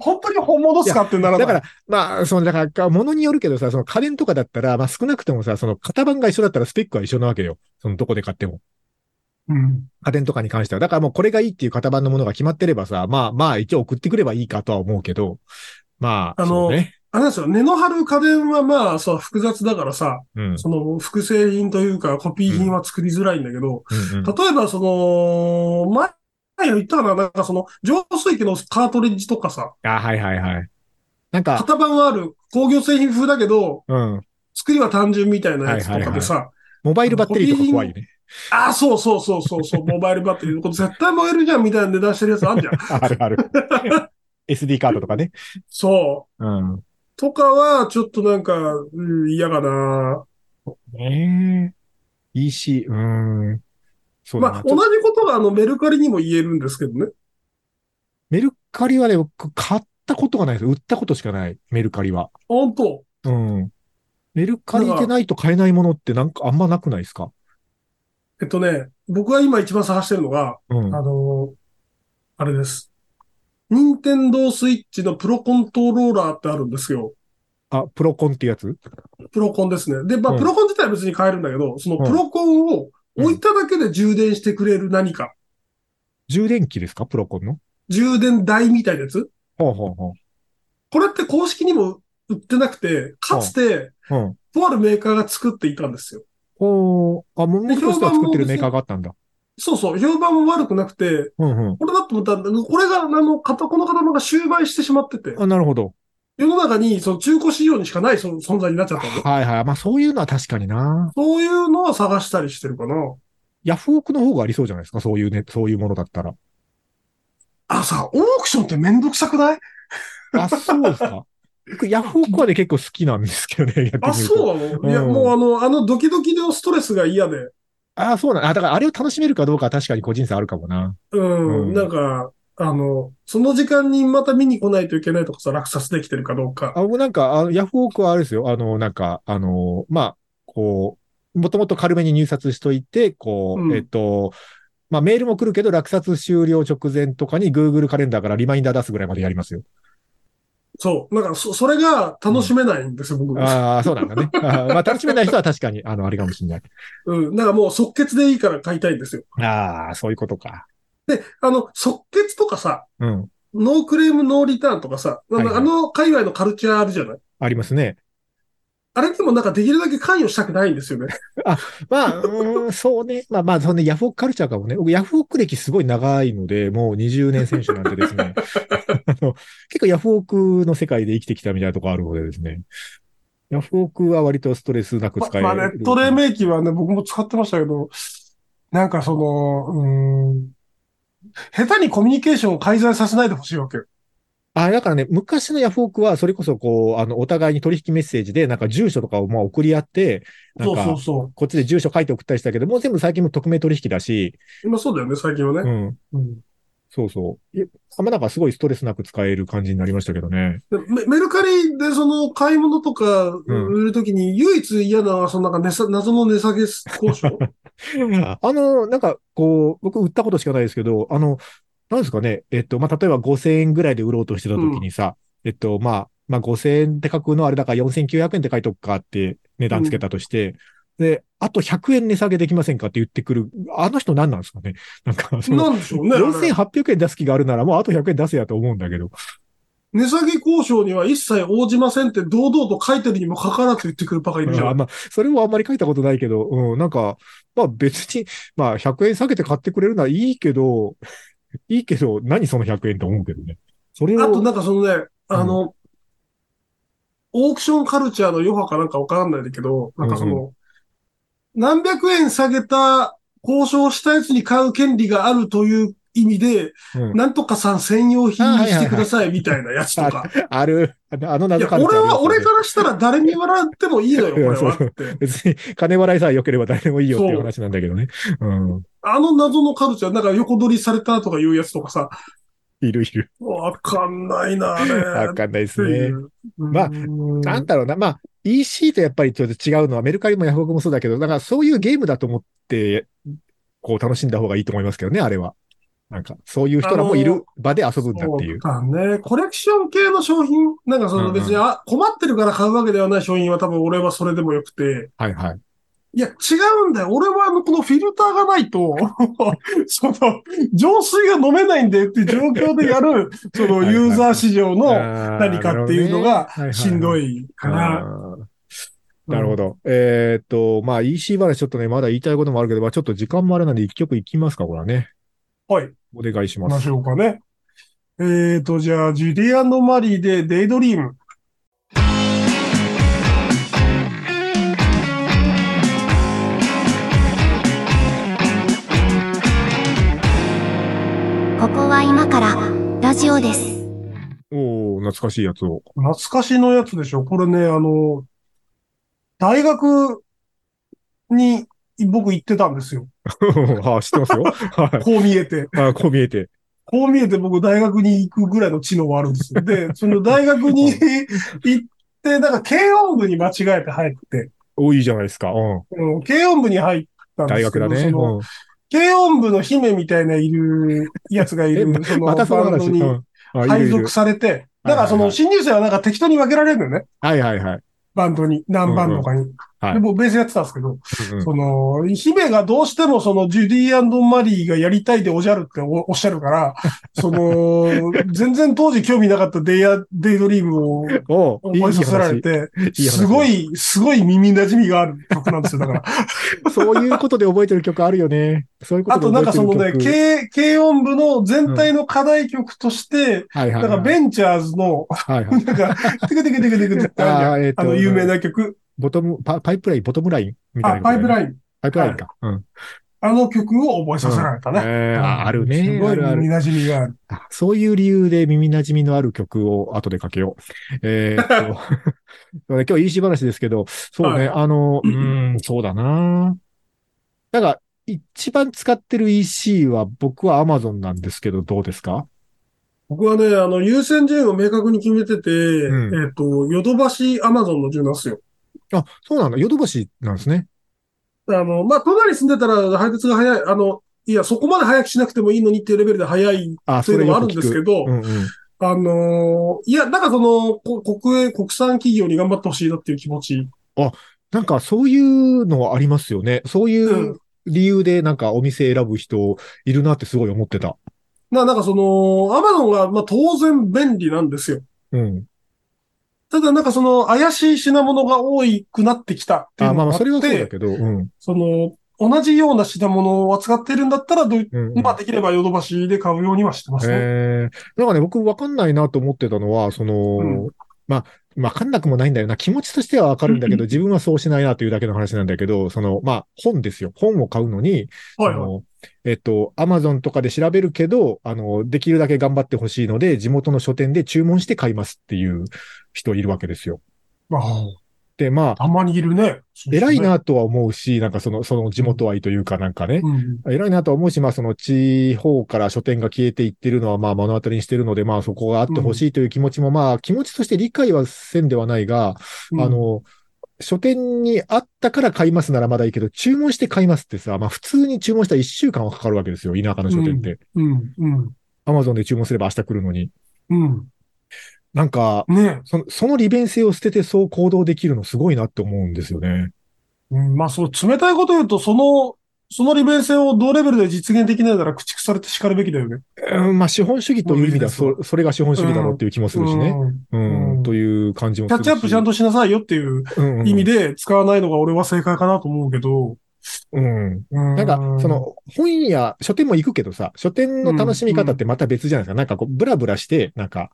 Speaker 3: 本当に本物っすかってならない。
Speaker 2: だから、まあ、その、だからか、ものによるけどさ、その家電とかだったら、まあ少なくともさ、その型番が一緒だったらスペックは一緒なわけよ。そのどこで買っても。
Speaker 3: うん。
Speaker 2: 家電とかに関しては。だからもうこれがいいっていう型番のものが決まってればさ、まあまあ一応送ってくればいいかとは思うけど、まあ、
Speaker 3: あの
Speaker 2: そうね。
Speaker 3: あれですよ、根の張る家電はまあさ、複雑だからさ、
Speaker 2: うん。うん
Speaker 3: その複製品というかコピー品は作りづらいんだけど、
Speaker 2: うん
Speaker 3: 例えばその、前前言ったかな、なんかその、浄水器のカートリッジとかさ、
Speaker 2: あ、はいはいはい。なん か、
Speaker 3: 型番はある工業製品風だけど、
Speaker 2: うん。
Speaker 3: 作りは単純みたいなやつとかでさ、
Speaker 2: モバイルバッテリーとか怖いよね。
Speaker 3: ああ、そうそうそうそうそう、モバイルバッテリー。これ絶対燃えるじゃんみたいな値段してるやつあるじゃ ん。
Speaker 2: あるある。SD カードとかね。
Speaker 3: そ
Speaker 2: うん。
Speaker 3: う。とかは、ちょっとなんか、うん嫌かな。
Speaker 2: ねえ。EC、うん。そうだ
Speaker 3: ま
Speaker 2: な
Speaker 3: あ、同じことがあの、メルカリにも言えるんですけどね。
Speaker 2: メルカリはね、僕買ったことがないです。売ったことしかない、メルカリは。
Speaker 3: 本当。
Speaker 2: うん。メルカリでないと買えないものってなんかあんまなくないですか
Speaker 3: えっとね、僕が今一番探してるのが、
Speaker 2: うん。
Speaker 3: あ
Speaker 2: は
Speaker 3: のーあれです。任天堂スイッチのプロコントローラーってあるんですよ。
Speaker 2: あ、プロコンっていうやつ
Speaker 3: プロコンですね。で、ま
Speaker 2: う
Speaker 3: あ、
Speaker 2: ん
Speaker 3: プロコン自体は別に買えるんだけど、その
Speaker 2: うん
Speaker 3: プロコンを置いただけで充電してくれる何か。
Speaker 2: 充電器ですかプロコンの
Speaker 3: 充電台みたいなやつ
Speaker 2: ほうほうほ
Speaker 3: これって公式にも売ってなくて、かつて、
Speaker 2: う。うん。
Speaker 3: とあるメーカーが作っていたんですよ。
Speaker 2: ほう。あ、もう、もう一つは作ってるメーカーがあったんだ。
Speaker 3: そうそう、評判も悪くなくて、
Speaker 2: うんうん。
Speaker 3: これだと思ったら、これが、あの、型この方が終売してしまってて、
Speaker 2: あ、なるほど。
Speaker 3: 世の中に、その中古市場にしかないその存在になっちゃったの。
Speaker 2: はいはい。まあそういうのは確かにな。
Speaker 3: そういうのは探したりしてるかな。
Speaker 2: ヤフオクの方がありそうじゃないですかそういうね、そういうものだったら。
Speaker 3: あ、さ、オークションってめんどくさくない
Speaker 2: あ、そうですか僕、ヤフオクはね、結構好きなんですけどね、逆に言うと。
Speaker 3: あ、そうなのいや、
Speaker 2: うん
Speaker 3: もうあの、あのドキドキのストレスが嫌で、
Speaker 2: ああ、そうなんあ、だからあれを楽しめるかどうかは確かに個人差あるかもな。
Speaker 3: うん、
Speaker 2: うん
Speaker 3: なんか、あの、その時間にまた見に来ないといけないとかさ、落札できてるかどうか。
Speaker 2: あ、僕なんか、あの、ヤフオクはあれですよ。あの、なんか、あの、まあ、こう、もともと軽めに入札しといて、こう、
Speaker 3: うん
Speaker 2: えっと、まあ、メールも来るけど、落札終了直前とかに Google カレンダーからリマインダー出すぐらいまでやりますよ。
Speaker 3: そう。なんか、そ、それが楽しめないんですよ、僕。
Speaker 2: ああ、そうなんだね。あーまあ、楽しめない人は確かに、あの、あれかもしれない。
Speaker 3: うん。なんかもう即決でいいから買いたいんですよ。
Speaker 2: ああ、そういうことか。
Speaker 3: で、あの、即決とかさ、
Speaker 2: うん。
Speaker 3: ノークレームノーリターンとかさ、あの、
Speaker 2: はいはい
Speaker 3: あの界隈のカルチャーあるじゃない
Speaker 2: ありますね。
Speaker 3: あれでもなんかできるだけ関与したくないんですよ ね。
Speaker 2: まあ、うーん、 そうね。まあまあ、そんなヤフオクカルチャーかもね。僕、ヤフオク歴すごい長いので、もう20年選手なんてです ね。 あの結構ヤフオクの世界で生きてきたみたいなとこあるのでですね。ヤフオクは割とストレスなく
Speaker 3: ま
Speaker 2: 使える。
Speaker 3: まあね、トレー名機はね、僕も使ってましたけど、なんかその、うーん、下手にコミュニケーションを介在させないでほしいわけよ。
Speaker 2: あ、だからね、昔のヤフオクは、それこそこう、あの、お互いに取引メッセージで、なんか住所とかをまあ送り合って、な
Speaker 3: そ
Speaker 2: ん
Speaker 3: うそう
Speaker 2: か、
Speaker 3: そ
Speaker 2: こっちで住所書いて送ったりしたけど、もう全部最近も匿名取引だし、
Speaker 3: う。今そうだよね、最近は
Speaker 2: う
Speaker 3: ね。
Speaker 2: ん、
Speaker 3: うん
Speaker 2: そうそう。いやあんまなんかすごいストレスなく使える感じになりましたけどね。
Speaker 3: でメメルカリでその買い物とか
Speaker 2: ん
Speaker 3: 売るときに唯一嫌なのはそのなんか値下謎の値下げ交 渉。
Speaker 2: あの、なんか、こう、僕売ったことしかないですけど、あの、なんですかね、えっと、まあ、例えば5000円ぐらいで売ろうとしてた時にさ、えっと、まあ、まあ、5000円って書くのあれだから4900円って書いとくかって値段つけたとして、で、あと100円値下げできませんかって言ってくる、あの人何なんですかねなんか、その、
Speaker 3: なんでしょうね。あれ
Speaker 2: 4800円出す気があるならもうあと100円出せやと思うんだけど。
Speaker 3: 値下げ交渉には一切応じませんって堂々と書いてるにもかかわらず言ってくるバカいるじゃ
Speaker 2: あ
Speaker 3: ん。
Speaker 2: まあ、それもあんまり書いたことないけど、うん、なんか、まあ別に、まあ100円下げて買ってくれるのはいいけど、いいけど、何その100円と思うけどね。それを、
Speaker 3: あとなんかそのね、あの、オークションカルチャーの余波かなんかわからないんだけど、なんかその、何百円下げた交渉したやつに買う権利があるという意味で、
Speaker 2: うん
Speaker 3: なんとかさん専用品にしてくださいみたいなやつとか。
Speaker 2: ある、あのあの
Speaker 3: い
Speaker 2: 謎
Speaker 3: や、
Speaker 2: カルチャーあ
Speaker 3: 俺
Speaker 2: ります
Speaker 3: は、
Speaker 2: よね
Speaker 3: 俺からしたら誰に笑ってもいいのよ、これ
Speaker 2: いや
Speaker 3: は
Speaker 2: そ
Speaker 3: っ
Speaker 2: う
Speaker 3: て。
Speaker 2: 別に金払いさえ良ければ誰でもいいよっていう
Speaker 3: そう
Speaker 2: 話なんだけどね。うん。
Speaker 3: あの謎のカルチャー、なんか横取りされたとかいうやつとかさ、
Speaker 2: いるいる。
Speaker 3: わかんないな、あれ。
Speaker 2: わかんないで
Speaker 3: って
Speaker 2: す
Speaker 3: い
Speaker 2: ね。
Speaker 3: う。
Speaker 2: まあなんだろうな。まあ、EC とやっぱりちょっと違うのは、メルカリもヤフオクもそうだけど、だからそういうゲームだと思って、こう楽しんだ方がいいと思いますけどね、あれは。なんか、そういう人らもい
Speaker 3: あの
Speaker 2: る場で遊ぶんだっていう。
Speaker 3: そうだね。コレクション系の商品、なんかその別に、
Speaker 2: う
Speaker 3: あ、困ってるから買うわけではない商品は多分俺はそれでもよくて。
Speaker 2: はいはい。
Speaker 3: いや、違うんだよ。俺はあの、このフィルターがないと、 その、浄水が飲めないんでっていう状況で やる、その、ユーザー市場の何
Speaker 2: 何
Speaker 3: かっていうのがしんど
Speaker 2: い
Speaker 3: いかな。
Speaker 2: な。なるほど。えーっと、まあ EC 話ちょっとね、まだ言いたいこともあるけど、まあちょっと時間もあれなんで一曲いきますか、これはね。
Speaker 3: ど。はい。
Speaker 2: お願いし
Speaker 3: 行
Speaker 2: ま。
Speaker 3: きますしょうかね。えーと、じゃあ、ジュリアンド・マリーでデイドリーム。
Speaker 1: ここは今からラジオです。
Speaker 2: おお懐かしいやつを。
Speaker 3: 懐かしのやつでしょ。これね、あの、大学に僕行ってたんですよ。
Speaker 2: あ知ってますよ。は
Speaker 3: こう見えて。
Speaker 2: い。あこう見えて。
Speaker 3: こう見えて僕大学に行くぐらいの知能はあるんですよ。で、その大学に 行って、なんか軽音部に間違えて入って、
Speaker 2: おいいじゃないですか。うん。
Speaker 3: うん、軽音部に入ったんで
Speaker 2: 大
Speaker 3: すけ
Speaker 2: 学
Speaker 3: ど、
Speaker 2: だね。
Speaker 3: その
Speaker 2: うん
Speaker 3: 軽音部の姫みたいないるやつがい
Speaker 2: え
Speaker 3: る、その
Speaker 2: またその
Speaker 3: バンド
Speaker 2: 話。
Speaker 3: に
Speaker 2: うんあいる
Speaker 3: 配
Speaker 2: いる
Speaker 3: 属されて、だから
Speaker 2: はいはい
Speaker 3: そ
Speaker 2: は
Speaker 3: の
Speaker 2: い
Speaker 3: 新入生はなんか適当に分けられるのよね。
Speaker 2: はいはいはい。
Speaker 3: バンドに、何バンドかに。
Speaker 2: はい
Speaker 3: で、僕ベースやってたんですけど、
Speaker 2: うんうん
Speaker 3: その、姫がどうしてもそのジュディマリーがやりたいでおじゃるってお おっしゃるから、その、 全然当時興味なかったデイアデイドリームを
Speaker 2: おういい
Speaker 3: 思いさせられて、
Speaker 2: 話
Speaker 3: すご。い、すごい耳馴染みがある曲なんですよ。だから。
Speaker 2: 話そういうことで覚えてる曲あるよね。そういうこと
Speaker 3: あ
Speaker 2: で
Speaker 3: となん
Speaker 2: 覚え
Speaker 3: か
Speaker 2: て
Speaker 3: そ
Speaker 2: る
Speaker 3: の
Speaker 2: 曲。
Speaker 3: ね、軽、軽音部の全体の課題曲として、
Speaker 2: はいはい
Speaker 3: だからベンチャーズの、
Speaker 2: はいは
Speaker 3: ないんか、テクテクテクテクテクってあるじゃん
Speaker 2: あーえーと
Speaker 3: あの、有名な曲。
Speaker 2: ボトム、パパイプライン、ボトムラインみたいな
Speaker 3: あ、
Speaker 2: ことだ
Speaker 3: パ
Speaker 2: よね、
Speaker 3: イプライン。
Speaker 2: パイプラインか。うん。
Speaker 3: あの曲を覚えさせられたね。
Speaker 2: えーああるね
Speaker 3: す。ご
Speaker 2: あ
Speaker 3: い
Speaker 2: るある
Speaker 3: 耳。馴染みがある。
Speaker 2: あそういう理由で耳馴染みのある曲を後でかけよう。え ーっと、そうね今日 EC 話ですけど、そうね、あの、うーん、そうだな。なんか、一番使ってる EC は僕は Amazon なんですけど、どうですか
Speaker 3: 僕はね、あの、優先順位を明確に決めてて、
Speaker 2: うん
Speaker 3: えっ、と、ヨドバシアマゾンの順なんですよ。
Speaker 2: あ、そうなんだ。ヨドバシなんですね。
Speaker 3: あの、まあ、都内に住んでたら配達が早い、あの、いや、そこまで早くしなくてもいいのにっていうレベルで早い
Speaker 2: あ、
Speaker 3: とい
Speaker 2: そうれ
Speaker 3: のも
Speaker 2: よ
Speaker 3: あ
Speaker 2: く
Speaker 3: るん
Speaker 2: 聞く。
Speaker 3: ですけど、
Speaker 2: うんうん。
Speaker 3: あのーいや、なんかその、こ国営、国産企業に頑張ってほしいなっていう気持ち。
Speaker 2: なんかそういうのありますよね。そういう理由でなんかお店選ぶ人いるなってすごい思ってた。
Speaker 3: な、なんかその、アマゾンが、まあ当然便利なんですよ。
Speaker 2: うん。
Speaker 3: ただなんかその、怪しい品物が多くなってきたってい
Speaker 2: あ
Speaker 3: う
Speaker 2: まあ
Speaker 3: の
Speaker 2: ま
Speaker 3: が
Speaker 2: あ、
Speaker 3: あって、
Speaker 2: それはそうだけど。うん。
Speaker 3: その、同じような品物を扱ってるんだったらどうい、
Speaker 2: うん、
Speaker 3: まあできればヨドバシで買うようにはしてますね。
Speaker 2: えー、なんかね、僕わかんないなと思ってたのは、その、
Speaker 3: うん
Speaker 2: まあ、わかんなくもないんだよな。気持ちとしてはわかるんだけど、自分はそうしないなというだけの話なんだけど、その、まあ、本ですよ。本を買うのに、
Speaker 3: は
Speaker 2: あ
Speaker 3: いはい。
Speaker 2: のえっと、アマゾンとかで調べるけど、あの、できるだけ頑張ってほしいので、地元の書店で注文して買いますっていう人いるわけですよ。
Speaker 3: まあ、
Speaker 2: で、まあ、
Speaker 3: たまにいるね。
Speaker 2: 偉い。なとは思うし、なんかその、その地元愛というかなんかね、
Speaker 3: うん。
Speaker 2: 偉いなとは思うし、まあその地方から書店が消えていってるのはまあ目の当たりにしてるので、まあそこがあってほしいという気持ちも、まあ気持ちとして理解はせんではないが、あの、書店にあったから買いますならまだいいけど、注文して買いますってさ、まあ普通に注文したら1週間はかかるわけですよ、田舎の書店って。
Speaker 3: うん、うん、
Speaker 2: アマゾンで注文すれば明日来るのに。
Speaker 3: うん。
Speaker 2: なんか、
Speaker 3: ね
Speaker 2: その、その利便性を捨ててそう行動できるのすごいなって思うんですよね。
Speaker 3: え。うんまあ、そう、冷たいこと言うと、その、その利便性を同レベルで実現できないなら駆逐されて叱るべきだよね。
Speaker 2: うん、まあ資本主義という意味では、
Speaker 3: そうで
Speaker 2: そ、それが資本主義だろうっていう気もするしね。
Speaker 3: うん
Speaker 2: うん、
Speaker 3: うん
Speaker 2: という感じもす
Speaker 3: キャ
Speaker 2: る
Speaker 3: ッ
Speaker 2: し。
Speaker 3: チアップちゃんとしなさいよっていう
Speaker 2: うんうん
Speaker 3: 意味で使わないのが俺は正解かなと思うけど。
Speaker 2: うん。
Speaker 3: な
Speaker 2: なんか、そ、の、本屋、書店も行くけどさ、書店の楽しみ方ってまた別じゃないですか。なんかこう、ブラブラして、なんか、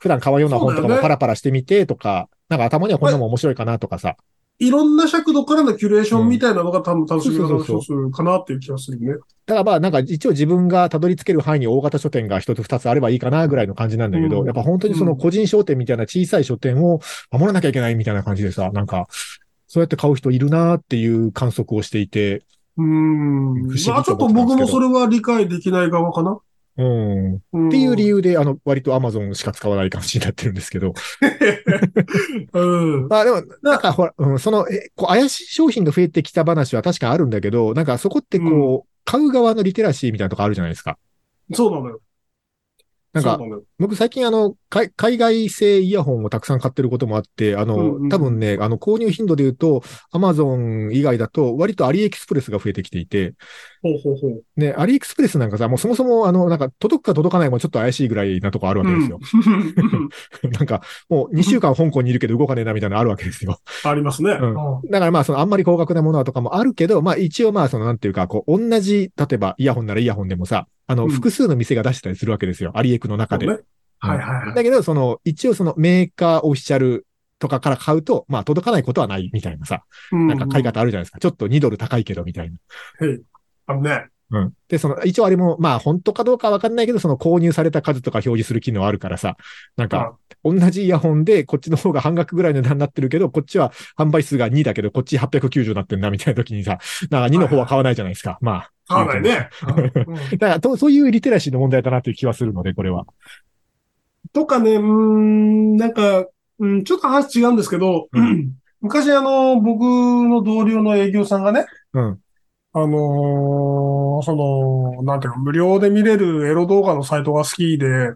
Speaker 2: 普段買わんような本と
Speaker 3: そ
Speaker 2: か
Speaker 3: う
Speaker 2: も
Speaker 3: だよね
Speaker 2: パラパラしてみてとか、なんか頭にはこんなもん面白いかなとかさ。
Speaker 3: いろんな尺度からのキュレーションみたいなのが多分楽しみ方の一つかなっていう気がするね。
Speaker 2: だからまあ、なんか一応自分がたどり着ける範囲に大型書店が一つ二つあればいいかなぐらいの感じなんだけど、
Speaker 3: うん
Speaker 2: やっぱ本当にその個人商店みたいな小さい書店を守らなきゃいけないみたいな感じでさ、なんか、そうやって買う人いるなっていう観測をしていて、
Speaker 3: うん。
Speaker 2: 不思議と
Speaker 3: ま
Speaker 2: 思っ
Speaker 3: あ
Speaker 2: てたんですけど
Speaker 3: ちょっと僕もそれは理解できない側かな。
Speaker 2: うん。っ
Speaker 3: うん
Speaker 2: ていう理由で、あの、割と Amazon しか使わない感じになってるんですけど。
Speaker 3: うん。
Speaker 2: まあでも、なんかほら、うん、その、えこう怪しい商品が増えてきた話は確かあるんだけど、なんかそこってこう、買う側のリテラシーみたいなとこあるじゃないですか。
Speaker 3: そうなのよ。
Speaker 2: なん
Speaker 3: そう
Speaker 2: か、
Speaker 3: なのよ。
Speaker 2: 僕最近あの、海海外製イヤホンをたくさん買ってることもあって、あの、
Speaker 3: うんうん
Speaker 2: 多分ね、あの、購入頻度で言うと、アマゾン以外だと、割とアリエクスプレスが増えてきていて、
Speaker 3: ほうほうほう。
Speaker 2: ね、アリエクスプレスなんかさ、もうそもそも、あの、なんか届くか届かないもちょっと怪しいぐらいなとこあるわけですよ。
Speaker 3: う ん。
Speaker 2: なんか、もう2週間香港にいるけど動かねえなみたいなのあるわけですよ。
Speaker 3: ありますね。
Speaker 2: うんだからまあ、そのあんまり高額なものはとかもあるけど、まあ一応まあ、そのなんていうか、こう、同じ、例えばイヤホンならイヤホンでもさ、あの、
Speaker 3: うん
Speaker 2: 複数の店が出してたりするわけですよ。アリエクの中で。
Speaker 3: そうねはいはいは
Speaker 2: だけど、その、一応そのメーカーオフィシャルとかから買うと、まあ届かないことはないみたいなさ、
Speaker 3: い。
Speaker 2: なんか買い
Speaker 3: が
Speaker 2: 方あるじゃないですか。ちょっと2ドル高いけどみたいな。
Speaker 3: あのね。
Speaker 2: うん。で、その、一応あれも、まあ本当かどうかわかんないけど、その購入された数とか表示する機能あるからさ、なんか、同じイヤホンで、こっちの方が半額ぐらいの値段になってるけど、こっちは販売数が2だけど、こっち890になってんな、みたいな時にさ、なんか2の方は買わないじゃないですか。まあ。
Speaker 3: 買わないね。う
Speaker 2: だ
Speaker 3: ん
Speaker 2: からと、そういうリテラシーの問題だなという気はするので、これは。
Speaker 3: とかね、うーん、なんか、うん、ちょっと話違うんですけど、
Speaker 2: う
Speaker 3: 昔あの、僕の同僚の営業さんがね、
Speaker 2: うん。
Speaker 3: あのーその、なんていうか、無料で見れるエロ動画のサイトが好きで、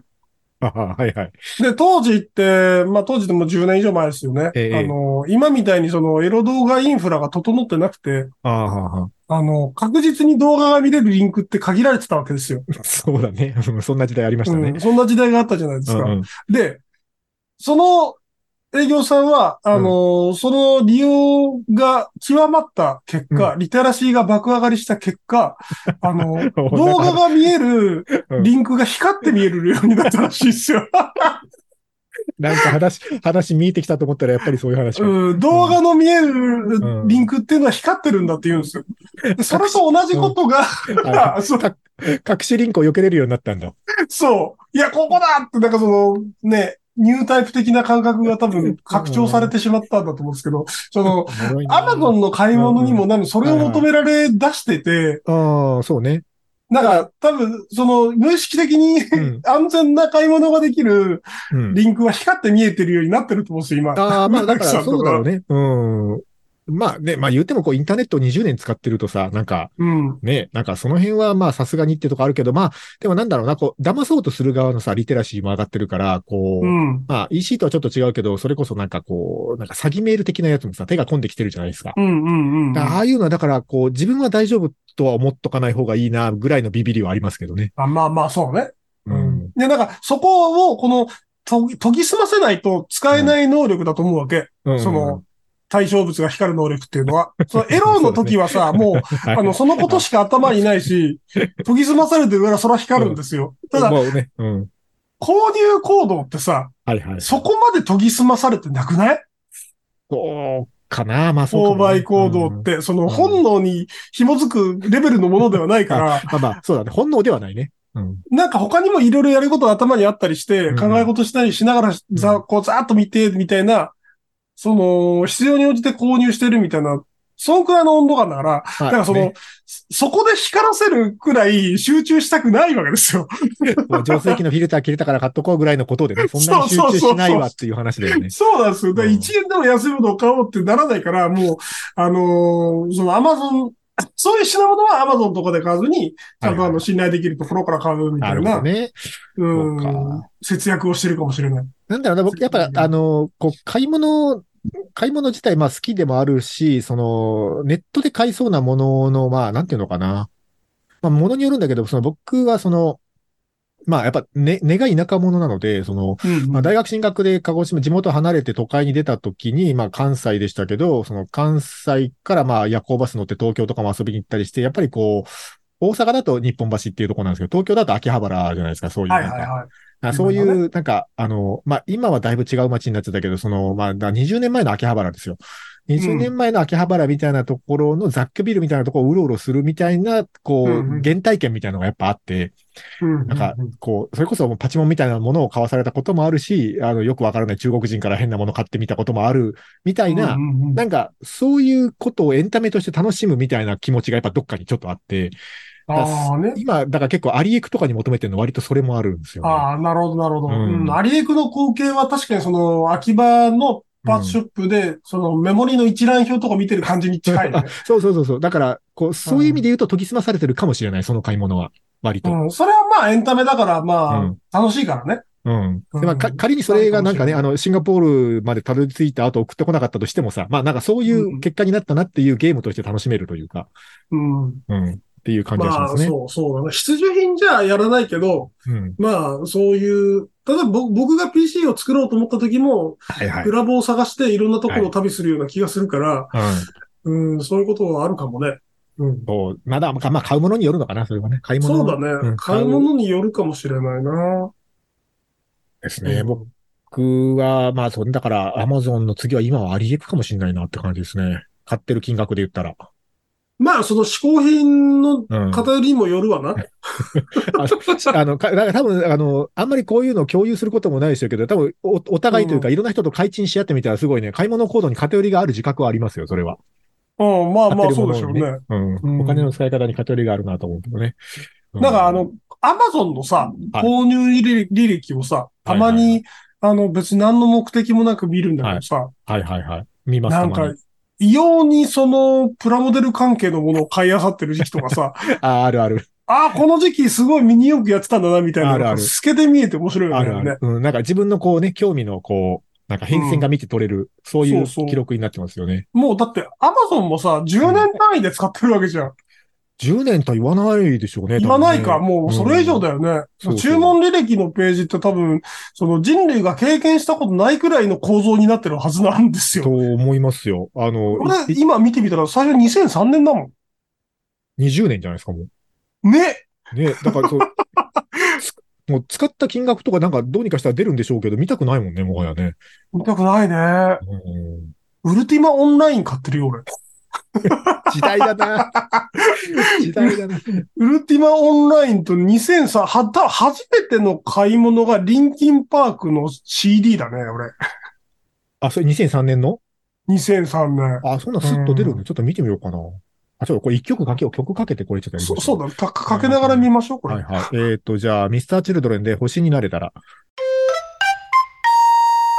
Speaker 2: あははいはい。
Speaker 3: で、当時って、まあ当時でも10年以上前ですよね。
Speaker 2: ええ
Speaker 3: あのー今みたいにそのエロ動画インフラが整ってなくて、
Speaker 2: ああ、はは
Speaker 3: あの、確実に動画が見れるリンクって限られてたわけですよ。
Speaker 2: そうだね。うんそんな時代ありましたね
Speaker 3: うん。そんな時代があったじゃないです
Speaker 2: う
Speaker 3: か。
Speaker 2: んうん
Speaker 3: で、その営業さんは、あの、その利用が極まった結果、リテラシーが爆上がりした結 果、あの、動画が見える
Speaker 2: うん
Speaker 3: リンクが光って見えるようになったらしいですよ。
Speaker 2: なんか話、話見えてきたと思ったら、やっぱりそういう話か。
Speaker 3: うん動画の見えるリンクっていうのは光ってるんだって言うんですよ。でそれと同じことが、
Speaker 2: あ
Speaker 3: そう
Speaker 2: か隠しリンクを避けれるようになったんだ。
Speaker 3: そう。いや、ここだって、なんかその、ね、ニュータイプ的な感覚が多分拡張されてしまったんだと思うんですけど、その、アマゾンの買い物にもなる、それを求められ出してて、
Speaker 2: ン。ああ、そうね。
Speaker 3: なんか多分、その無意識的に
Speaker 2: うん
Speaker 3: 安全な買い物ができる
Speaker 2: うん。
Speaker 3: リンクは光って見えてるようになってると思うんですよ、今。
Speaker 2: ああ、まあだか
Speaker 3: マキさ
Speaker 2: ら
Speaker 3: んとか
Speaker 2: そうだろうね。うん。まあね、まあ言うてもこうインターネットを20年使ってるとさ、なんか
Speaker 3: うん。
Speaker 2: ね、なんかその辺はまあさすがにってとこあるけど、まあでもなんだろうな、こう騙そうとする側のさ、リテラシーも上がってるから、こう、
Speaker 3: うん。
Speaker 2: まあ EC とはちょっと違うけど、それこそなんかこう、なんか詐欺メール的なやつもさ、手が込んできてるじゃないですか。
Speaker 3: うんうんうん。
Speaker 2: だからあ
Speaker 3: あ
Speaker 2: あいうのはだからこう、自分は大丈夫とは思っとかない方がいいな、ぐらいのビビりはありますけどね。
Speaker 3: まあまあ、そうね。
Speaker 2: う
Speaker 3: い
Speaker 2: ん。
Speaker 3: や、だから、そこを、この、と研ぎ澄ませないと使えない能力だと思うわけ。
Speaker 2: うん
Speaker 3: その、対象物が光る能力っていうのは。 そのエローの時はさ、もう、
Speaker 2: はい、
Speaker 3: あの、そのことしか頭にないし、研ぎ澄まされてるからそら光るんですよ。ただ、
Speaker 2: もうね、うん。
Speaker 3: 購入行動ってさ、
Speaker 2: はいはい。
Speaker 3: そこまで研ぎ澄まされてなくない
Speaker 2: そうかな、まあそうかも
Speaker 3: 購
Speaker 2: ね
Speaker 3: 買行動っ
Speaker 2: うん
Speaker 3: て、その本能に紐づくレベルのものではないから、
Speaker 2: まあまあ、そうだね。本能ではないね。うん。
Speaker 3: なんか他にもいろいろやることが頭にあったりして
Speaker 2: う、ん
Speaker 3: 考え事したりしながら、ざ、こう、ざーっと見て、みたいな、その、必要に応じて購入してるみたいな、そのくらいの温度感だから、
Speaker 2: だ
Speaker 3: だからその、そそこで光らせるくらい集中したくないわけですよ。
Speaker 2: 浄水器のフィルター切れたから買っとこうぐらいのことで ね、そんなに集中しないわっていう話だよね。
Speaker 3: そうなんですよ。だから
Speaker 2: うん
Speaker 3: 1円でも安いものを買おうってならないから、もう、あのーそのアマゾン、 そういう品物はアマゾンとかで買わずに、ちゃんとあ
Speaker 2: はいは
Speaker 3: の、
Speaker 2: い
Speaker 3: 信頼できるところから買うみた
Speaker 2: ないるほど
Speaker 3: な、
Speaker 2: ね。
Speaker 3: う、
Speaker 2: そうん
Speaker 3: 節約をしてるかもしれない。
Speaker 2: なんだろうな、僕、やっぱ、あの、こう、買い物、買い物自体、まあ好きでもあるし、その、ネットで買いそうなものの、まあ、なんていうのかな。まあ、ものによるんだけど、その僕はその、まあ、やっぱ、ね、根が田舎者なので、その、
Speaker 3: うん
Speaker 2: まあ、大学進学で鹿児島、地元離れて都会に出た時に、まあ関西でしたけど、その関西からまあ夜行バス乗って東京とかも遊びに行ったりして、やっぱりこう、大阪だと日本橋っていうところなんですけど、東京だと秋葉原じゃないですか、そういう
Speaker 3: は
Speaker 2: ないんか。
Speaker 3: はいはい。
Speaker 2: あそうい
Speaker 3: 今の
Speaker 2: う、なんか、あの、まあ、今はだいぶ違う街になってたけど、その、まあ、だ20年前の秋葉原ですよ。20年前の秋葉原みたいなところの雑居ビルみたいなところをうろうろするみたいな、こ
Speaker 3: うんうん
Speaker 2: う、原体験みたいなのがやっぱあって、
Speaker 3: な
Speaker 2: なんか、こう、それこそもうパチモンみたいなものを買わされたこともあるし、あの、よくわからない中国人から変なもの買ってみたこともあるみたいな、なんか、そういうことをエンタメとして楽しむみたいな気持ちがやっぱどっかにちょっとあって、
Speaker 3: ああね。
Speaker 2: 今、だから結構アリエクとかに求めてるの割とそれもあるんですよ、ね。
Speaker 3: ああ、なるほど、なるほど。
Speaker 2: うん
Speaker 3: うんアリエクの光景は確かにその、秋葉のパーツショップで、そのメモリの一覧表とか見てる感じに近いね。
Speaker 2: そうそうそうそう。だから、こう、そういう意味で言うと研ぎ澄まされてるかもしれない、その買い物は。割と。
Speaker 3: うん、それはまあエンタメだから、
Speaker 2: う
Speaker 3: ま
Speaker 2: ん
Speaker 3: あ、楽しいからね。
Speaker 2: うん。でま
Speaker 3: う
Speaker 2: あ、
Speaker 3: ん
Speaker 2: か仮にそれがなんかね、
Speaker 3: そう
Speaker 2: あ
Speaker 3: か
Speaker 2: の、シンガポールまでたどり着いた後送ってこなかったとしてもさ、まあなんかそうい
Speaker 3: んう
Speaker 2: うんう結果になったなっていうゲームとして楽しめるというか、
Speaker 3: うん。
Speaker 2: うん、っていう感じがし
Speaker 3: ま
Speaker 2: ま
Speaker 3: あ、
Speaker 2: すね。
Speaker 3: そう、そうだね。必需品じゃやらないけど、
Speaker 2: うん。
Speaker 3: まあ、そういう、例えば僕僕が PC を作ろうと思った時も、
Speaker 2: はいはい。
Speaker 3: グラボを探していろんなところを旅するような気がするから、
Speaker 2: うん。
Speaker 3: うん、そういうことはあるかもね。うん。
Speaker 2: そう。まだ、まあ、まあ買うものによるのかな、それはね。買い物
Speaker 3: そうだね。
Speaker 2: うん
Speaker 3: 買うものによるかもしれないな。
Speaker 2: ですね。僕は、まあ、そんだから、アマゾンの次は今はアリエクかもしれないなって感じですね。買ってる金額で言ったら。
Speaker 3: まあ、その嗜好品の
Speaker 2: うん。
Speaker 3: 偏りもよるわな。
Speaker 2: あの、かだから多分、あの、あんまりこういうのを共有することもないでしょうけど、多分お、お互いというか、いろんな人と会賃し合ってみたら、すごいね、買い物行動に偏りがある自覚はありますよ、それは。
Speaker 3: うん、まあま
Speaker 2: 買って
Speaker 3: あ、
Speaker 2: る
Speaker 3: そう
Speaker 2: も
Speaker 3: でしょ
Speaker 2: の
Speaker 3: う
Speaker 2: に
Speaker 3: ね。
Speaker 2: うん
Speaker 3: うん
Speaker 2: お金の使い方に偏りがあるなと思うけどね。う
Speaker 3: なんか、あ、の、アマゾンのさ、
Speaker 2: はい
Speaker 3: 購入履履歴をさ、たま
Speaker 2: はいはいは
Speaker 3: に、あの、別に何の目的もなく見るんだけどさ、
Speaker 2: はいはいはい。見ます
Speaker 3: なん
Speaker 2: たま
Speaker 3: か
Speaker 2: に、
Speaker 3: 異様にその、プラモデル関係のものを買い漁ってる時期と かさ、
Speaker 2: あ、あるある。
Speaker 3: ああ、この時期すごいミニ四駆やってたんだな、みたいなの
Speaker 2: あるあ
Speaker 3: が
Speaker 2: る
Speaker 3: 透けて見えて面白いよね。
Speaker 2: あるあ
Speaker 3: ね
Speaker 2: る。うん、なんか自分のこうね、興味のこう、なんか変遷が見て取れる、そうい
Speaker 3: そう
Speaker 2: う
Speaker 3: そう
Speaker 2: 記録になってますよね。
Speaker 3: もうだって、アマゾンもさ、10年単位で使ってるわけじゃん。
Speaker 2: 10年とは言わないでしょうね。
Speaker 3: 言わないか、
Speaker 2: 多分ね
Speaker 3: もうそれ以上だよね。
Speaker 2: そうそう
Speaker 3: 注文履歴のページって多分、その人類が経験したことないくらいの構造になってるはずなんです
Speaker 2: と
Speaker 3: よ。
Speaker 2: 思いますよ。あの、
Speaker 3: 俺、
Speaker 2: い
Speaker 3: 今見てみたら最初2003年だも
Speaker 2: 20年じゃないですか、もう。
Speaker 3: ん。ね。
Speaker 2: ね、だ からそう、つもう使った金額とかなんかどうにかしたら出るんでしょうけど、見たくないもんね、もはやね。
Speaker 3: 見たくないね。
Speaker 2: うん
Speaker 3: ウルティマオンライン買ってるよ、俺。
Speaker 2: 時代だ な。時代だな。
Speaker 3: ウルティマオンラインと2003、はた、初めての買い物がリンキンパークの CD だね、俺。
Speaker 2: あ、それ2003年の
Speaker 3: 2003年。
Speaker 2: あ、そんなんスッと出るんで、ちょっと見てみようかな。あ、ちょっとこれ一曲かけよう。曲かけてこれちょっとやりましょ
Speaker 3: そそうだ、かかけながら見ましょう、これ。
Speaker 2: はいはい。えっ、と、じゃあ、ミスターチルドレンで星になれたら。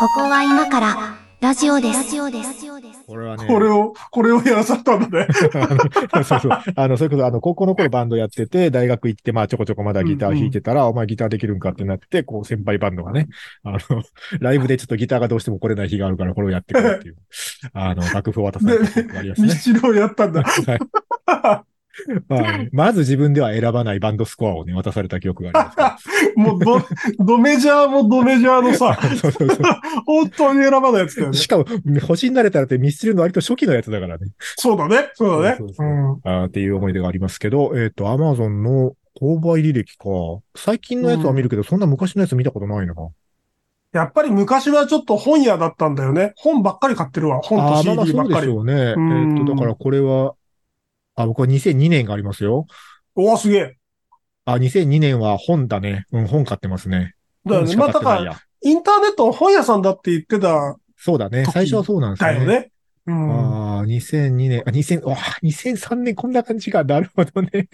Speaker 1: ここは今から、ラジオです。
Speaker 2: これはね。
Speaker 3: これを、これをやらされたんだね。
Speaker 2: あのそうそう。あの、それこそ、あの、高校の頃バンドやってて、大学行って、まあ、ちょこちょこまだギター弾いてたら、お前ギターできるんかってなって、こう、先輩バンドがね、あの、ライブでちょっとギターがどうしても来れない日があるから、これをやってくれっていう、あの、楽譜を渡された記憶があります
Speaker 3: ミ
Speaker 2: ね
Speaker 3: ス。チルをやったんだ。
Speaker 2: はいまあ、まず自分では選ばないバンドスコアをね、渡された記憶がありますか
Speaker 3: もうド、ドメジャーもドメジャー のさ、
Speaker 2: ら。そうそうそ
Speaker 3: 本当に選ばないやつだよ
Speaker 2: う
Speaker 3: ね。
Speaker 2: しかも、星になれたらってミスチルの割と初期のやつだからね。
Speaker 3: そうだね。そうだね。
Speaker 2: そうそうそう
Speaker 3: う
Speaker 2: んあーっていう思い出がありますけど、えっ、と、アマゾンの購買履歴か。最近のやつは見るけど、そんな昔のやつ見たことないな。
Speaker 3: やっぱり昔はちょっと本屋だったんだよね。本ばっかり買ってるわ。本
Speaker 2: あ
Speaker 3: と
Speaker 2: あー、まあまあ
Speaker 3: CD
Speaker 2: そ
Speaker 3: ばっ
Speaker 2: うで
Speaker 3: か
Speaker 2: し
Speaker 3: り。
Speaker 2: ょうね。えっ、
Speaker 3: ん
Speaker 2: と、だからこれは、あ、僕は2002年がありますよ。
Speaker 3: おお、すげえ。
Speaker 2: あ、2002年は本だね。うん、本買ってますね。
Speaker 3: だよ
Speaker 2: 本
Speaker 3: ね。
Speaker 2: し
Speaker 3: ま
Speaker 2: か買っ
Speaker 3: あ、だ
Speaker 2: てな
Speaker 3: か
Speaker 2: い
Speaker 3: ら、
Speaker 2: や。
Speaker 3: インターネットは本屋さんだって言ってたん
Speaker 2: そうだね。
Speaker 3: 時
Speaker 2: 最初はそうなんです
Speaker 3: だ
Speaker 2: ね。
Speaker 3: よね。うん。
Speaker 2: ああ、2002年、あ、2000、わあ、2003年こんな感じか。なるほどね。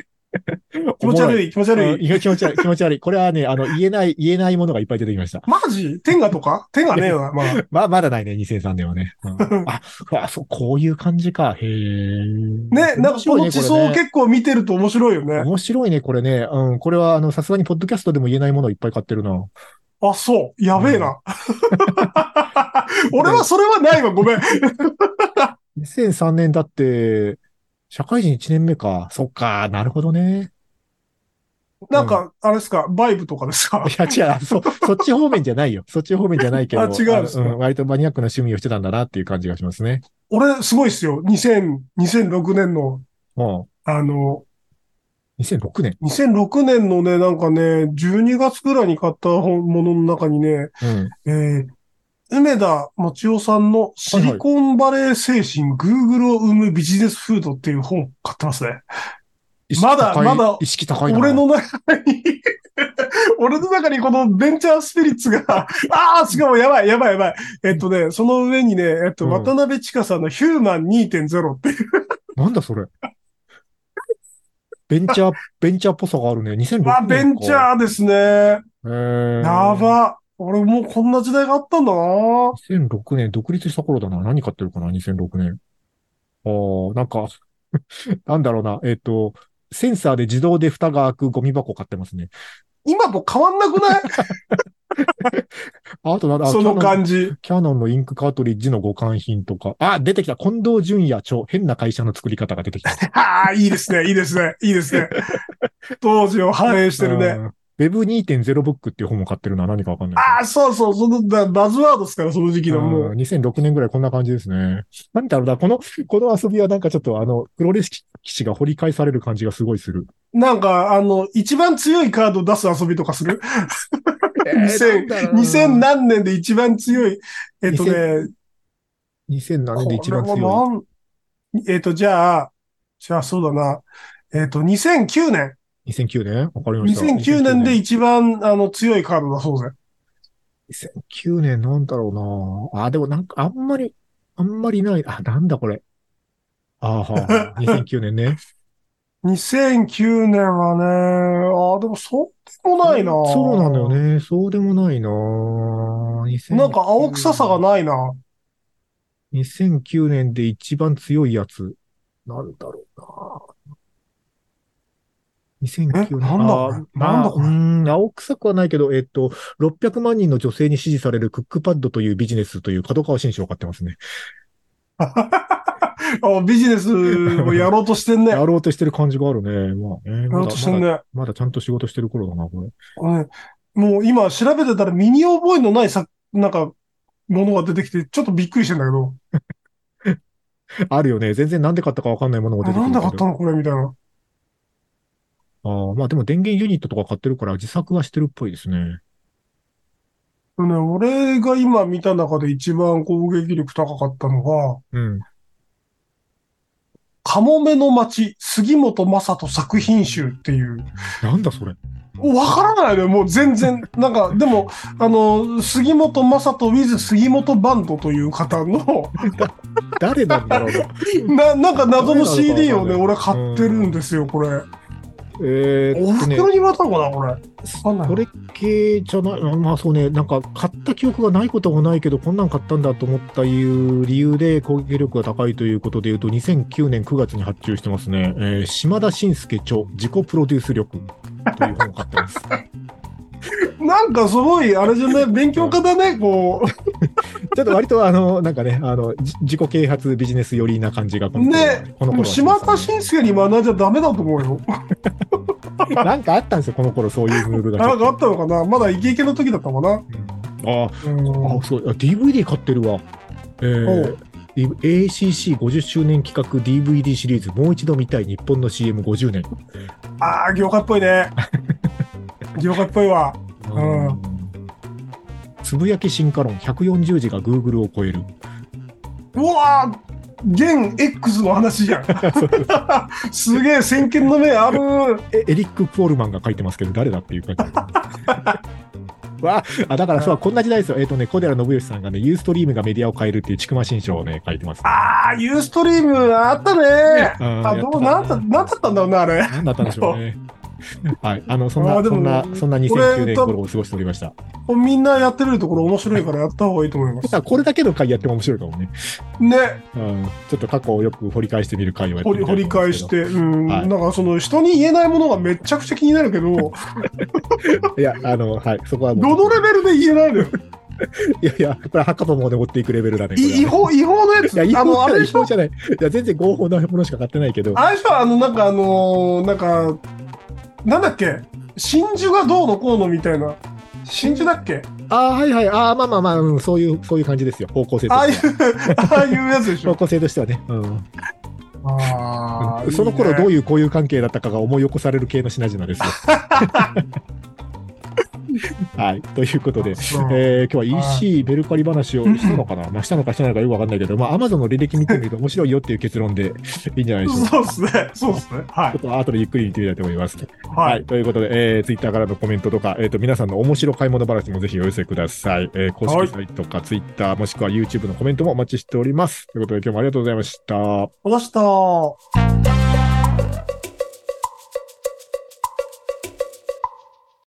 Speaker 3: 気持ち悪
Speaker 2: い。
Speaker 3: い、気持ち悪
Speaker 2: うん
Speaker 3: い。
Speaker 2: いや気持ち悪い、気持ち悪い。これはね、あの、言えない、言えないものがいっぱい出てきました。
Speaker 3: マジ天下とか天下ねえよな、まあ。
Speaker 2: まあ、ま だないね、2003年はね。うんあ、うわそう、こういう感じか。へえ。
Speaker 3: ね、なんかこの
Speaker 2: 面白いね
Speaker 3: 地層を
Speaker 2: これね
Speaker 3: 結構見てると面白いよね。
Speaker 2: 面白いね、これね。うん、これは、あの、さすがにポッドキャストでも言えないものをいっぱい買ってるな。
Speaker 3: あ、そう。やべえな。 俺はそれはないわ、ごめん。
Speaker 2: 2003年だって、社会人1年目か。そっか、なるほどね。
Speaker 3: なんか、あれですか、バイブとかですか
Speaker 2: いや、違う、あそ、そっち方面じゃないよ。そっち方面じゃないけど。
Speaker 3: あ違うんですか
Speaker 2: のん割とマニアックな趣味をしてたんだなっていう感じがしますね。
Speaker 3: 俺、すごいっすよ。2000、2006年の、
Speaker 2: うん。
Speaker 3: あの、
Speaker 2: 2006年。
Speaker 3: 2006年のね、なんかね、12月ぐらいに買った本ものの中にね、
Speaker 2: うん。
Speaker 3: えー、梅田町夫さんのシリコンバレー精神、Google を生むビジネスフードっていう本買ってますね。
Speaker 2: 意識
Speaker 3: まだ
Speaker 2: 高い
Speaker 3: まだ
Speaker 2: 意識高いな。
Speaker 3: 俺の中に、 俺の中にこのベンチャースピリッツが、 ああ、しかもやばい、やばい、やばい。えっとね、その上にね、えっと、
Speaker 2: うん
Speaker 3: 渡辺千佳さんのヒューマン2.0っていう、
Speaker 2: なんだそれ。 ベンチャー、ベンチャーっぽさがあるね。2006年か。
Speaker 3: あ、ベンチャーですね。
Speaker 2: えー。
Speaker 3: や。ば。俺もうこんな時代があったんだな。
Speaker 2: 2006年、独立した頃だな。何買ってるかな、2006年。あー、なんか、 なんだろうな。えっ、と、センサーで自動で蓋が開くゴミ箱買ってますね。
Speaker 3: 今と変わんなくない
Speaker 2: ああとなん だ、あ
Speaker 3: その
Speaker 2: キャノン
Speaker 3: 感じ。
Speaker 2: キャノンのインクカートリッジの互換品とか。あ、出てきた。近藤淳也超変な会社の作り方が出てきた。
Speaker 3: ああ、いいですね、いいですね、い いですね。当時を反 映してるね。
Speaker 2: うん。Web2.0 ブックっていう本も買ってるな。何かわかんないけど。
Speaker 3: ああ、そうそう、その、だバズワードですから、その時期のも
Speaker 2: う。
Speaker 3: うん
Speaker 2: 2006年ぐらいこんな感じですね。なんだろうな、この、この遊びはなんかちょっとあの、プロレス騎士が掘り返される感じがすごいする。
Speaker 3: なんか、あの、一番強いカード出す遊びとかする20002000何年で一番強い。えっとね、
Speaker 2: 2007年で一番
Speaker 3: これは
Speaker 2: 強
Speaker 3: なんえっと、じゃあ、じゃあそうだな。えっと、2009年。
Speaker 2: い。2009年わかりました。
Speaker 3: 2009年で一番、あの、強いカードだそうで。
Speaker 2: 2009年なんだろうなあ、でもなんかあんまり、あんまりない。あ、なんだこれ。ああ、はあ、2009年 ね。
Speaker 3: 2009年はね、ああ、でもそうでもないな。
Speaker 2: そうなんだよ。ね。そうでもないな2009
Speaker 3: なんか青臭さがないな。
Speaker 2: 2009年で一番強いやつ。なんだろうな2009年。
Speaker 3: えなんだこれ
Speaker 2: あー
Speaker 3: なんだこれ
Speaker 2: まあうーん、青臭くはないけど、えっと、600万人の女性に支持されるクックパッドというビジネスという角川新書を買ってますね。
Speaker 3: あビジネスをやろうとしてんね。
Speaker 2: や
Speaker 3: や
Speaker 2: ろうとしてる感じがあるね。まあね。ま
Speaker 3: ろう
Speaker 2: だ
Speaker 3: としてん
Speaker 2: まだ
Speaker 3: ね。
Speaker 2: まだちゃんと仕事してる頃だな、これ。
Speaker 3: うんもう今調べてたら身に覚えのないさ、なんか、ものが出てきて、ちょっとびっくりしてんだけど、
Speaker 2: あるよね。全然なんで買ったかわかんないものが
Speaker 3: あ
Speaker 2: 出てく
Speaker 3: な
Speaker 2: る
Speaker 3: ん
Speaker 2: け
Speaker 3: だ
Speaker 2: ど。
Speaker 3: 買ったのこれみたいな。
Speaker 2: ああ、まあでも電源ユニットとか買ってるから自作はしてるっぽいですね。
Speaker 3: でね、俺が今見た中で一番攻撃力高かったのが、
Speaker 2: うん。
Speaker 3: カモメの街、杉本雅人作品集っていう。
Speaker 2: なんだそ れ。
Speaker 3: もうわからないのよ、もう全然。なんか、でも、あの、杉本雅人 with 杉本バンドという方の、
Speaker 2: 誰なんだろうな。
Speaker 3: な、なんか謎の CD をね、
Speaker 2: 誰なの
Speaker 3: 俺
Speaker 2: かわかんない
Speaker 3: 買ってるんですよ、これ。
Speaker 2: え
Speaker 3: お
Speaker 2: ーっとね、
Speaker 3: 袋にまたのかな、これ。わかんない
Speaker 2: これ系じゃない、まあそうね、なんか買った記憶がないこともないけど、こんなん買ったんだと思ったいう理由で攻撃力が高いということでいうと、2009年9月に発注してますね、えー島田紳介著、自己プロデュース力という本を買って ます。
Speaker 3: なんかすごい、あれじゃね、勉強家だね、こ
Speaker 2: ちょっと割とあの、なんかね、あの、じ自己啓発ビジネス寄りな感じがこの頃は、
Speaker 3: ね
Speaker 2: この
Speaker 3: う。
Speaker 2: 頃はしま
Speaker 3: 島
Speaker 2: したね
Speaker 3: 田紳介に学んじゃダメだと思うよ。
Speaker 2: なんかあったんですよ、この頃そういうムーブが。
Speaker 3: なんかあったのかなまだイケイケの時だったかな。
Speaker 2: あ
Speaker 3: うん
Speaker 2: あ、そう、あ DVD 買ってるわ。えー ACC50 周年企画 DVD シリーズ、もう一度見たい日本の CM50 年。
Speaker 3: ああ、業界っぽ いね。業界っぽいわ。うん
Speaker 2: うんつぶやき進化論140字が Google を超える。
Speaker 3: うわー現 X の話じゃん。すげえ先見の目ある。
Speaker 2: えエリック・ポールマンが書いてますけど、誰だっていう感 じ。わあだからそう、こんな時代ですよ。えっ、とね、小寺信義さんがね、ユーストリームがメディアを変えるっていうちくま新書をね、書いてます。
Speaker 3: ああ、ユーストリームあったね。
Speaker 2: あ
Speaker 3: あ、どうなんだ、なんだったんだろうな、あれ。
Speaker 2: なんだったんでしょうね。はい、あの、そんな、
Speaker 3: あーで
Speaker 2: そ
Speaker 3: も
Speaker 2: んな、そんな2009年頃を過ごしておりました。
Speaker 3: みんなやってるところ面白いからやった方がいいと思いま
Speaker 2: ただ、これだけの回やっても面白いかもね。
Speaker 3: す。ね、
Speaker 2: うん、ちょっと過去をよく掘り返してみる回をやって
Speaker 3: 掘
Speaker 2: みた
Speaker 3: り
Speaker 2: いと
Speaker 3: 掘
Speaker 2: 思
Speaker 3: り返し
Speaker 2: うんで
Speaker 3: て、うん、
Speaker 2: はい
Speaker 3: なんかその人に言えないものがめちゃくちゃ気になるけど、
Speaker 2: すけど。いや、あの、はい、そこはも
Speaker 3: ど
Speaker 2: う。
Speaker 3: のレベルで言えないのよ。
Speaker 2: いやいや、これ、ハッカポンもね、持っていくレベルだね。これ はい
Speaker 3: 違法、違法のや
Speaker 2: いや、
Speaker 3: つ。
Speaker 2: 違
Speaker 3: あの、
Speaker 2: 法
Speaker 3: あ
Speaker 2: じゃない、違
Speaker 3: れでしょ
Speaker 2: 法じゃない。いや、全然合法なものしか買ってないけど。
Speaker 3: あれでしょあの、なんかあのーなんか、なんだっけ真珠がどうのこうのみたいな。真珠だっけ
Speaker 2: ああ、はいはい。ああ、まあまあまあ、うん、そういう、そういう感じですよ。方向性と
Speaker 3: ああい
Speaker 2: し
Speaker 3: う
Speaker 2: ては。、
Speaker 3: ああいうやつでし
Speaker 2: 方
Speaker 3: ょ。
Speaker 2: 向性としてはね。うん。
Speaker 3: あ
Speaker 2: その頃どう
Speaker 3: い
Speaker 2: い
Speaker 3: う
Speaker 2: う交友関係だったかが思い起こされる系の品々ですよ。はい。ということで、えー今日は EC メルカリ話をしたのかな、まあ、したのかしてないのかよくわかんないけど、まあ、Amazon の履歴見てみると面白いよっていう結論 でいいんじゃないでしょうか。
Speaker 3: そうですね。そうですね。は
Speaker 2: ちょ
Speaker 3: い
Speaker 2: っ。と後でゆっくり見てみたいと思います。
Speaker 3: は。
Speaker 2: はいい。ということで、えー、Twitter からのコメントとか、えっ、と、皆さんの面白買い物話もぜひお寄せください。えー公式サイトか Twitter、もしくは YouTube のコメントもお待ちしております。ということで、今日もありがとうございました。
Speaker 3: お出した。